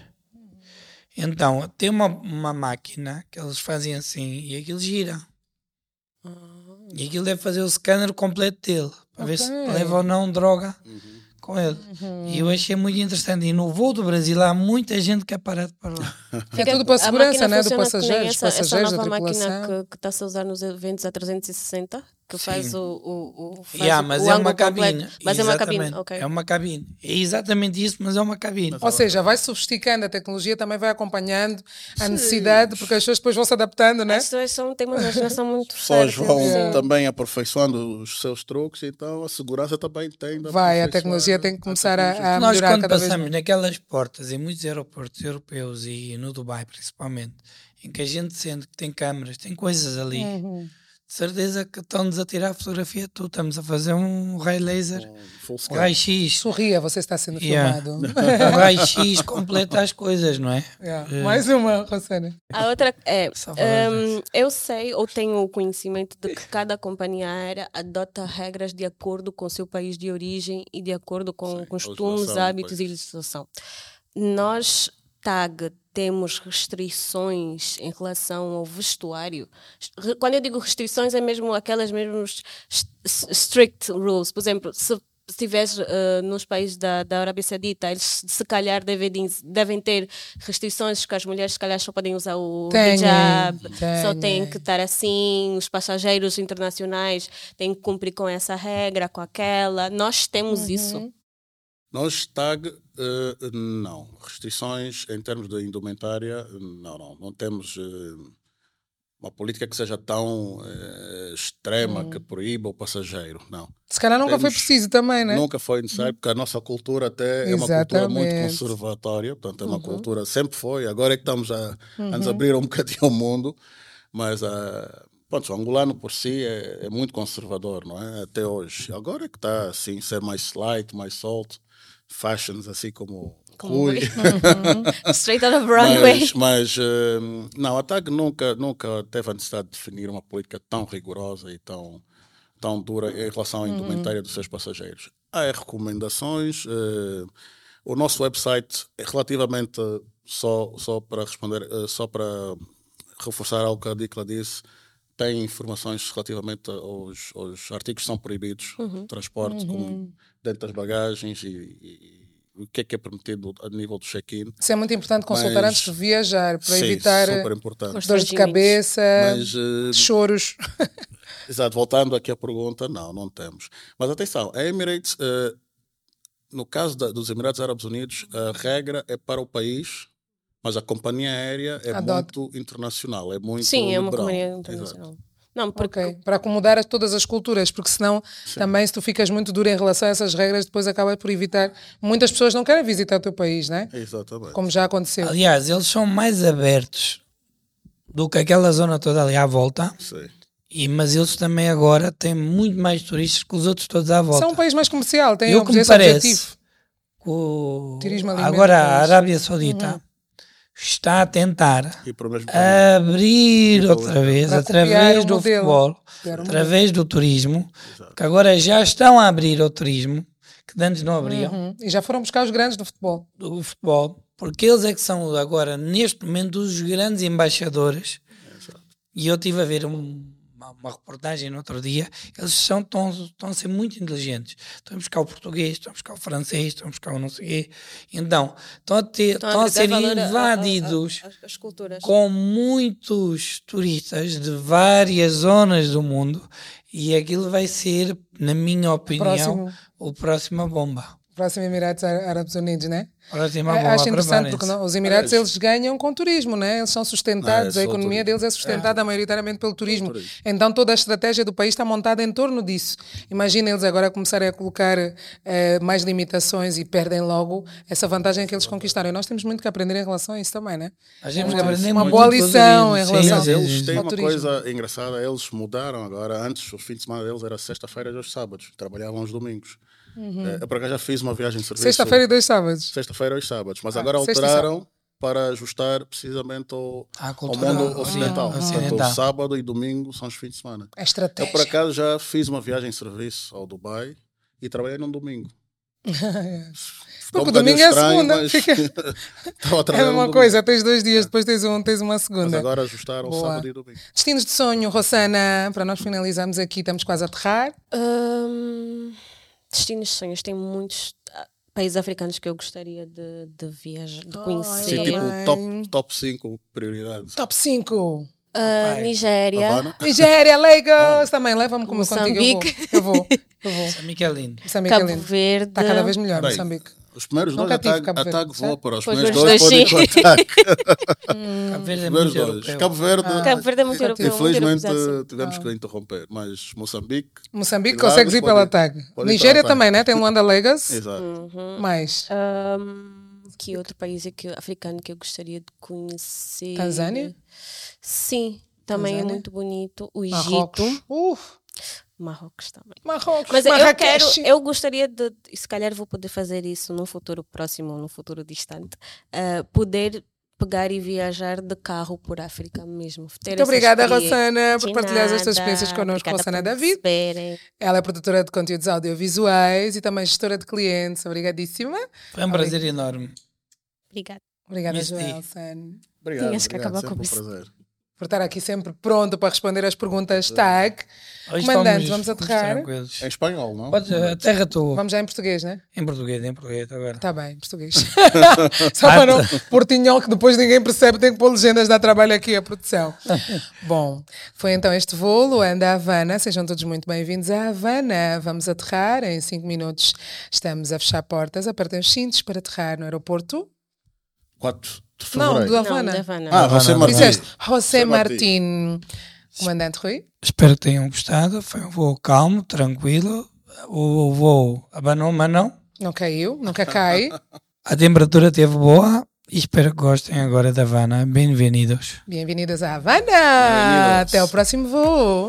[SPEAKER 2] Então, tem uma, uma máquina que eles fazem assim e aquilo gira.
[SPEAKER 3] Ah.
[SPEAKER 2] E aquilo deve fazer o scanner completo dele, para ver se
[SPEAKER 3] Ok. Uhum.
[SPEAKER 2] leva ou não droga com ele. E eu achei muito interessante. E no voo do Brasil há muita gente que é parado para lá.
[SPEAKER 3] É
[SPEAKER 5] Fica-
[SPEAKER 3] tudo para a segurança,
[SPEAKER 5] máquina
[SPEAKER 3] né? Do
[SPEAKER 5] funciona que nem
[SPEAKER 3] passageiro, dos
[SPEAKER 5] essa,
[SPEAKER 3] passageiros, é
[SPEAKER 5] essa
[SPEAKER 3] da
[SPEAKER 5] nova
[SPEAKER 3] tripulação.
[SPEAKER 5] máquina que está a ser usada nos eventos a 360, que faz
[SPEAKER 2] Sim.
[SPEAKER 5] o, o, o faz
[SPEAKER 2] Yeah,
[SPEAKER 5] o-
[SPEAKER 2] mas
[SPEAKER 5] o
[SPEAKER 2] é
[SPEAKER 5] ângulo
[SPEAKER 2] uma cabine.
[SPEAKER 5] completo. Mas é uma cabine,
[SPEAKER 2] Exatamente.
[SPEAKER 5] ok.
[SPEAKER 2] É uma cabine. É exatamente isso, mas é uma cabine.
[SPEAKER 3] Ou seja, vai sofisticando, a tecnologia também vai acompanhando a necessidade, porque as pessoas depois vão se adaptando, né?
[SPEAKER 5] As pessoas são, têm uma imaginação muito
[SPEAKER 4] pessoas
[SPEAKER 5] fértil,
[SPEAKER 4] vão
[SPEAKER 5] sim.
[SPEAKER 4] também aperfeiçoando os seus truques, então a segurança também tem. de
[SPEAKER 3] Vai, a
[SPEAKER 4] aperfeiçoar
[SPEAKER 3] tecnologia tem que começar
[SPEAKER 4] tecnologia.
[SPEAKER 3] a, a
[SPEAKER 2] Nós,
[SPEAKER 3] melhorar
[SPEAKER 2] quando
[SPEAKER 3] cada vez
[SPEAKER 2] passamos
[SPEAKER 3] mais.
[SPEAKER 2] naquelas portas, em muitos aeroportos europeus e no Dubai principalmente, em que a gente sente que tem câmaras, tem coisas ali,
[SPEAKER 5] Uhum.
[SPEAKER 2] de certeza que estão-nos a tirar a fotografia, de tudo. estamos a fazer um raio laser,
[SPEAKER 3] Uhum.
[SPEAKER 4] Full
[SPEAKER 2] um
[SPEAKER 4] scan.
[SPEAKER 2] raio-x,
[SPEAKER 3] Sorria, você está sendo
[SPEAKER 2] Yeah.
[SPEAKER 3] filmado.
[SPEAKER 2] um raio-x completa as coisas, não é?
[SPEAKER 3] Yeah.
[SPEAKER 2] Eh,
[SPEAKER 3] Mais uma, Rosana.
[SPEAKER 5] A outra é,
[SPEAKER 2] Só falar
[SPEAKER 5] hum, eu sei ou tenho o conhecimento de que cada companhia aérea adota regras de acordo com o seu país de origem e de acordo com
[SPEAKER 4] Sim,
[SPEAKER 5] costumes,
[SPEAKER 4] legislação do
[SPEAKER 5] hábitos e
[SPEAKER 4] país.
[SPEAKER 5] legislação. Nós, TAG, temos restrições em relação ao vestuário. Re- Quando eu digo restrições, é mesmo aquelas mesmas strict rules. Por exemplo, se se estiveres eh, nos países da, da Arábia Saudita, eles se calhar devem, diz- devem ter restrições que as mulheres se calhar só podem usar o
[SPEAKER 3] Têm,
[SPEAKER 5] hijab, só
[SPEAKER 3] têm.
[SPEAKER 5] têm que estar assim, os passageiros internacionais têm que cumprir com essa regra, com aquela. Nós temos isso.
[SPEAKER 4] Nós, TAG, eh, não. Restrições em termos de indumentária, não, não. Não temos eh, uma política que seja tão eh, extrema
[SPEAKER 3] Uhum.
[SPEAKER 4] que proíba o passageiro, não.
[SPEAKER 3] Se calhar nunca foi
[SPEAKER 4] Temos-
[SPEAKER 3] preciso também, né?
[SPEAKER 4] Nunca foi necessário, porque a nossa cultura até é uma cultura muito
[SPEAKER 3] Exatamente. Uhum.
[SPEAKER 4] conservatória, portanto, é uma cultura, sempre foi, agora é que estamos a, a nos abrir um bocadinho ao mundo, mas ah, pronto, o angolano por si é, é muito conservador, não é? Até hoje. Agora é que está assim, ser mais light, mais solto, fashions assim como.
[SPEAKER 5] Como
[SPEAKER 4] Rui.
[SPEAKER 5] Straight out of runway.
[SPEAKER 4] Mas, mas, hum, não, a TAG nunca, nunca teve a necessidade de definir uma política tão rigorosa e tão, tão dura em relação à indumentária dos seus passageiros. Há recomendações. eh, o nosso website é relativamente só, só para responder, eh, só para reforçar algo que a Dicla disse, tem informações relativamente aos, aos artigos que são proibidos, transporte como dentro das bagagens e, e- e o que é que é permitido a nível do check-in.
[SPEAKER 3] Isso é muito importante consultar
[SPEAKER 4] Mas-
[SPEAKER 3] antes de viajar, para
[SPEAKER 4] Sim,
[SPEAKER 3] evitar
[SPEAKER 4] super importante.
[SPEAKER 5] eh, Const-
[SPEAKER 3] dores de cabeça,
[SPEAKER 4] Mas, eh,
[SPEAKER 3] choros.
[SPEAKER 4] exato, voltando aqui à pergunta, não, não temos. Mas atenção, a Emirates, eh, no caso da- dos Emirados Árabes Unidos, a regra é para o país, mas a companhia aérea é
[SPEAKER 3] Adota.
[SPEAKER 4] muito internacional, é muito
[SPEAKER 5] Sim, é uma
[SPEAKER 3] Tipo,
[SPEAKER 4] liberal.
[SPEAKER 5] companhia
[SPEAKER 4] Exato.
[SPEAKER 5] internacional. Não, porque
[SPEAKER 3] Ok, Para acomodar as- todas as culturas, porque senão também se tu ficas muito duro em relação a essas regras, depois acaba por evitar. Muitas pessoas não querem visitar o teu país, né?
[SPEAKER 4] Exatamente.
[SPEAKER 3] Como já aconteceu.
[SPEAKER 2] Aliás, eles são mais abertos do que aquela zona toda ali à volta.
[SPEAKER 4] Sim.
[SPEAKER 2] E, mas eles também agora têm muito mais turistas que os outros todos à volta.
[SPEAKER 3] São um país mais comercial, tem
[SPEAKER 2] Eu que me
[SPEAKER 3] esse
[SPEAKER 2] parece
[SPEAKER 3] objetivo.
[SPEAKER 2] que o-
[SPEAKER 3] Turismo alimentar. Uhum.
[SPEAKER 2] agora a Arábia Saudita está a tentar
[SPEAKER 4] E para o mesmo país.
[SPEAKER 2] Ah, abrir outra vez
[SPEAKER 3] Para copiar
[SPEAKER 2] através
[SPEAKER 3] o
[SPEAKER 2] do
[SPEAKER 3] modelo.
[SPEAKER 2] futebol,
[SPEAKER 3] Copiar o
[SPEAKER 2] através do turismo, que agora já estão a abrir ao turismo que antes não abriam
[SPEAKER 3] Uhum. E já foram buscar os grandes do futebol.
[SPEAKER 2] do futebol, porque eles é que são agora, neste momento, os grandes embaixadores. E eu estive a ver um- uma, uma reportagem no outro dia, eles são, estão, estão a ser muito inteligentes. Estão a buscar o português, estão a buscar o francês, estão a buscar o não sei quê. Então, estão a, ter,
[SPEAKER 5] estão
[SPEAKER 2] estão a
[SPEAKER 5] dar
[SPEAKER 2] ser
[SPEAKER 5] valor a- a- a-
[SPEAKER 2] invadidos
[SPEAKER 5] a- As culturas.
[SPEAKER 2] com muitos turistas de várias zonas do mundo e aquilo vai ser, na minha opinião,
[SPEAKER 3] Próximo.
[SPEAKER 2] o próximo bomba.
[SPEAKER 3] Próximo Emirados Á- Árabes Unidos, né?
[SPEAKER 2] Próxima
[SPEAKER 3] É,
[SPEAKER 2] bomba,
[SPEAKER 3] acho interessante porque
[SPEAKER 2] preparem-se.
[SPEAKER 3] não- os Emirados eles ganham com turismo, né? Eles são sustentados,
[SPEAKER 4] Ah, é
[SPEAKER 3] a
[SPEAKER 4] só
[SPEAKER 3] economia
[SPEAKER 4] turismo.
[SPEAKER 3] deles é sustentada maioritariamente pelo turismo.
[SPEAKER 4] turismo.
[SPEAKER 3] Então toda a estratégia do país está montada em torno disso. Imagina eles agora começarem a colocar eh, mais limitações e perdem logo essa vantagem que eles conquistaram. E nós temos muito que aprender em relação a isso também, né?
[SPEAKER 2] Nós temos
[SPEAKER 3] Uma-
[SPEAKER 2] que aprender
[SPEAKER 3] uma
[SPEAKER 2] muito
[SPEAKER 3] boa
[SPEAKER 2] com tudo
[SPEAKER 3] lição
[SPEAKER 2] isso.
[SPEAKER 3] em relação-
[SPEAKER 4] Mas é um
[SPEAKER 2] Sim, sim,
[SPEAKER 4] eles
[SPEAKER 2] sim.
[SPEAKER 4] têm
[SPEAKER 3] Ao
[SPEAKER 4] uma
[SPEAKER 3] turismo.
[SPEAKER 4] coisa engraçada, eles mudaram agora. Antes, o fim de semana deles era sexta-feira e hoje sábados. Trabalhavam aos domingos.
[SPEAKER 5] Uhum.
[SPEAKER 4] Eh, Eu, para cá, já fiz uma viagem de serviço.
[SPEAKER 3] Sexta-feira e dois sábados.
[SPEAKER 4] Sexta-feira e aos sábados. Mas
[SPEAKER 3] Ah,
[SPEAKER 4] agora
[SPEAKER 3] sexta e sábado. Ah,
[SPEAKER 4] alteraram para ajustar precisamente ao,
[SPEAKER 2] À
[SPEAKER 4] ao
[SPEAKER 2] cultura
[SPEAKER 4] mundo ocidental.
[SPEAKER 2] ocidental.
[SPEAKER 4] Portanto,
[SPEAKER 2] Ocidental.
[SPEAKER 4] o sábado e domingo são os fins de
[SPEAKER 3] É
[SPEAKER 4] semana. Eu, por
[SPEAKER 3] estratégia.
[SPEAKER 4] acaso, já fiz uma viagem de serviço ao Dubai e trabalhei num domingo. Ficou
[SPEAKER 3] Porque
[SPEAKER 4] um
[SPEAKER 3] o domingo é a
[SPEAKER 4] bocadinho
[SPEAKER 3] segunda, fica-
[SPEAKER 4] Estava a
[SPEAKER 3] É a
[SPEAKER 4] trabalhar
[SPEAKER 3] mesma
[SPEAKER 4] num domingo.
[SPEAKER 3] coisa, tens dois dias, depois tens um, tens uma
[SPEAKER 4] É. Mas
[SPEAKER 3] segunda.
[SPEAKER 4] agora ajustaram
[SPEAKER 3] Boa.
[SPEAKER 4] sábado e domingo.
[SPEAKER 3] Destinos de sonho, Rossana, para nós finalizarmos aqui, estamos quase a aterrar.
[SPEAKER 5] Hum, destinos de sonhos. Tem muitos ah, países africanos que eu gostaria de, de viajar, de
[SPEAKER 4] Sim,
[SPEAKER 5] conhecer.
[SPEAKER 4] tipo
[SPEAKER 3] Bem.
[SPEAKER 4] top, top 5 prioridades.
[SPEAKER 3] Top 5.
[SPEAKER 5] Ah,
[SPEAKER 2] Vai.
[SPEAKER 5] Nigéria.
[SPEAKER 4] Havana.
[SPEAKER 3] Nigéria, Lagos, também leva-me como contigo. Eu vou,
[SPEAKER 5] Moçambique.
[SPEAKER 3] eu vou, eu vou.
[SPEAKER 2] Moçambique é lindo.
[SPEAKER 3] Moçambique é
[SPEAKER 5] Cabo
[SPEAKER 3] lindo.
[SPEAKER 5] Verde.
[SPEAKER 3] Está cada vez melhor,
[SPEAKER 4] Peraí.
[SPEAKER 3] Moçambique.
[SPEAKER 4] Os primeiros dois
[SPEAKER 3] Nunca tive
[SPEAKER 4] ataque,
[SPEAKER 3] Cabo Verde, É
[SPEAKER 4] ataque
[SPEAKER 3] certo?
[SPEAKER 4] voa para os
[SPEAKER 5] Pois,
[SPEAKER 4] primeiros
[SPEAKER 5] os
[SPEAKER 4] dois
[SPEAKER 5] dois
[SPEAKER 4] podem
[SPEAKER 5] sim.
[SPEAKER 4] contar.
[SPEAKER 3] Hum.
[SPEAKER 2] Cabo Verde é
[SPEAKER 4] Os
[SPEAKER 2] muito
[SPEAKER 4] primeiros dois.
[SPEAKER 2] europeu.
[SPEAKER 4] Cabo Verde.
[SPEAKER 3] Ah.
[SPEAKER 5] Cabo Verde é muito europeu. muito
[SPEAKER 4] Infelizmente
[SPEAKER 5] europeização.
[SPEAKER 4] tivemos que interromper, mas Moçambique.
[SPEAKER 3] Moçambique
[SPEAKER 4] Lagos
[SPEAKER 3] consegues ir
[SPEAKER 4] pode-
[SPEAKER 3] pela TAG.
[SPEAKER 4] pode ir
[SPEAKER 3] Nigéria
[SPEAKER 4] pela TAG.
[SPEAKER 3] também, né? Tem Luanda Lagos.
[SPEAKER 4] Exato.
[SPEAKER 3] Mais.
[SPEAKER 5] Hum, que outro país é que, africano que eu gostaria de conhecer?
[SPEAKER 3] Tanzânia?
[SPEAKER 5] Sim, também
[SPEAKER 3] Tanzânia?
[SPEAKER 5] é muito bonito. O Egito.
[SPEAKER 3] Marrocos. Uh,
[SPEAKER 5] Marrocos também.
[SPEAKER 3] Marrocos.
[SPEAKER 5] Mas eu quero,
[SPEAKER 3] Marrakech.
[SPEAKER 5] eu gostaria de, e se calhar vou poder fazer isso num futuro próximo, num futuro distante, ah, poder pegar e viajar de carro por África mesmo. Ter
[SPEAKER 3] Muito
[SPEAKER 5] essa
[SPEAKER 3] obrigada,
[SPEAKER 5] experiência.
[SPEAKER 3] Rossana, por
[SPEAKER 5] De
[SPEAKER 3] partilhares
[SPEAKER 5] nada.
[SPEAKER 3] estas experiências connosco,
[SPEAKER 5] Obrigada
[SPEAKER 3] Rossana
[SPEAKER 5] por me
[SPEAKER 3] David.
[SPEAKER 5] receberem.
[SPEAKER 3] Ela é produtora de conteúdos audiovisuais e também gestora de clientes. Obrigadíssima.
[SPEAKER 2] Foi um prazer enorme.
[SPEAKER 5] Obrigada.
[SPEAKER 3] Obrigada,
[SPEAKER 2] Miss D.
[SPEAKER 3] Joelson.
[SPEAKER 4] Obrigado.
[SPEAKER 5] Tinhas que
[SPEAKER 4] obrigado,
[SPEAKER 5] acabar
[SPEAKER 4] sempre
[SPEAKER 5] com
[SPEAKER 4] um
[SPEAKER 5] isso.
[SPEAKER 4] prazer.
[SPEAKER 3] por estar aqui sempre pronto para responder as perguntas tag.
[SPEAKER 2] Hoje
[SPEAKER 3] Comandante,
[SPEAKER 2] estamos-
[SPEAKER 3] vamos
[SPEAKER 2] estamos
[SPEAKER 3] aterrar.
[SPEAKER 2] tranquilos.
[SPEAKER 4] Em espanhol, É não?
[SPEAKER 2] Pode, a terra tua.
[SPEAKER 3] Vamos já em português, né?
[SPEAKER 2] Em português, em português agora.
[SPEAKER 3] Tá bem, português. Só para não portinhol que depois ninguém percebe, tem que pôr legendas, dá trabalho aqui à produção. Bom, foi então este voo, Luanda Havana. Sejam todos muito bem-vindos à Havana. Vamos aterrar em cinco minutos. Estamos a fechar portas, apertem os cintos para aterrar no aeroporto.
[SPEAKER 4] 4 de
[SPEAKER 3] Não,
[SPEAKER 4] fevereiro.
[SPEAKER 3] do
[SPEAKER 5] Não, da
[SPEAKER 3] Havana.
[SPEAKER 5] Havana.
[SPEAKER 4] ah, você
[SPEAKER 2] Havana.
[SPEAKER 4] Martins.
[SPEAKER 3] Disseste, José Martín. Comandante Rui.
[SPEAKER 2] Espero que tenham gostado. Foi um voo calmo, tranquilo. O voo abanou, mas não.
[SPEAKER 3] Não caiu, nunca cai.
[SPEAKER 2] A temperatura teve boa e espero que gostem agora da Havana. Bem-vindos.
[SPEAKER 3] Bem-vindas à Havana! Até o próximo voo!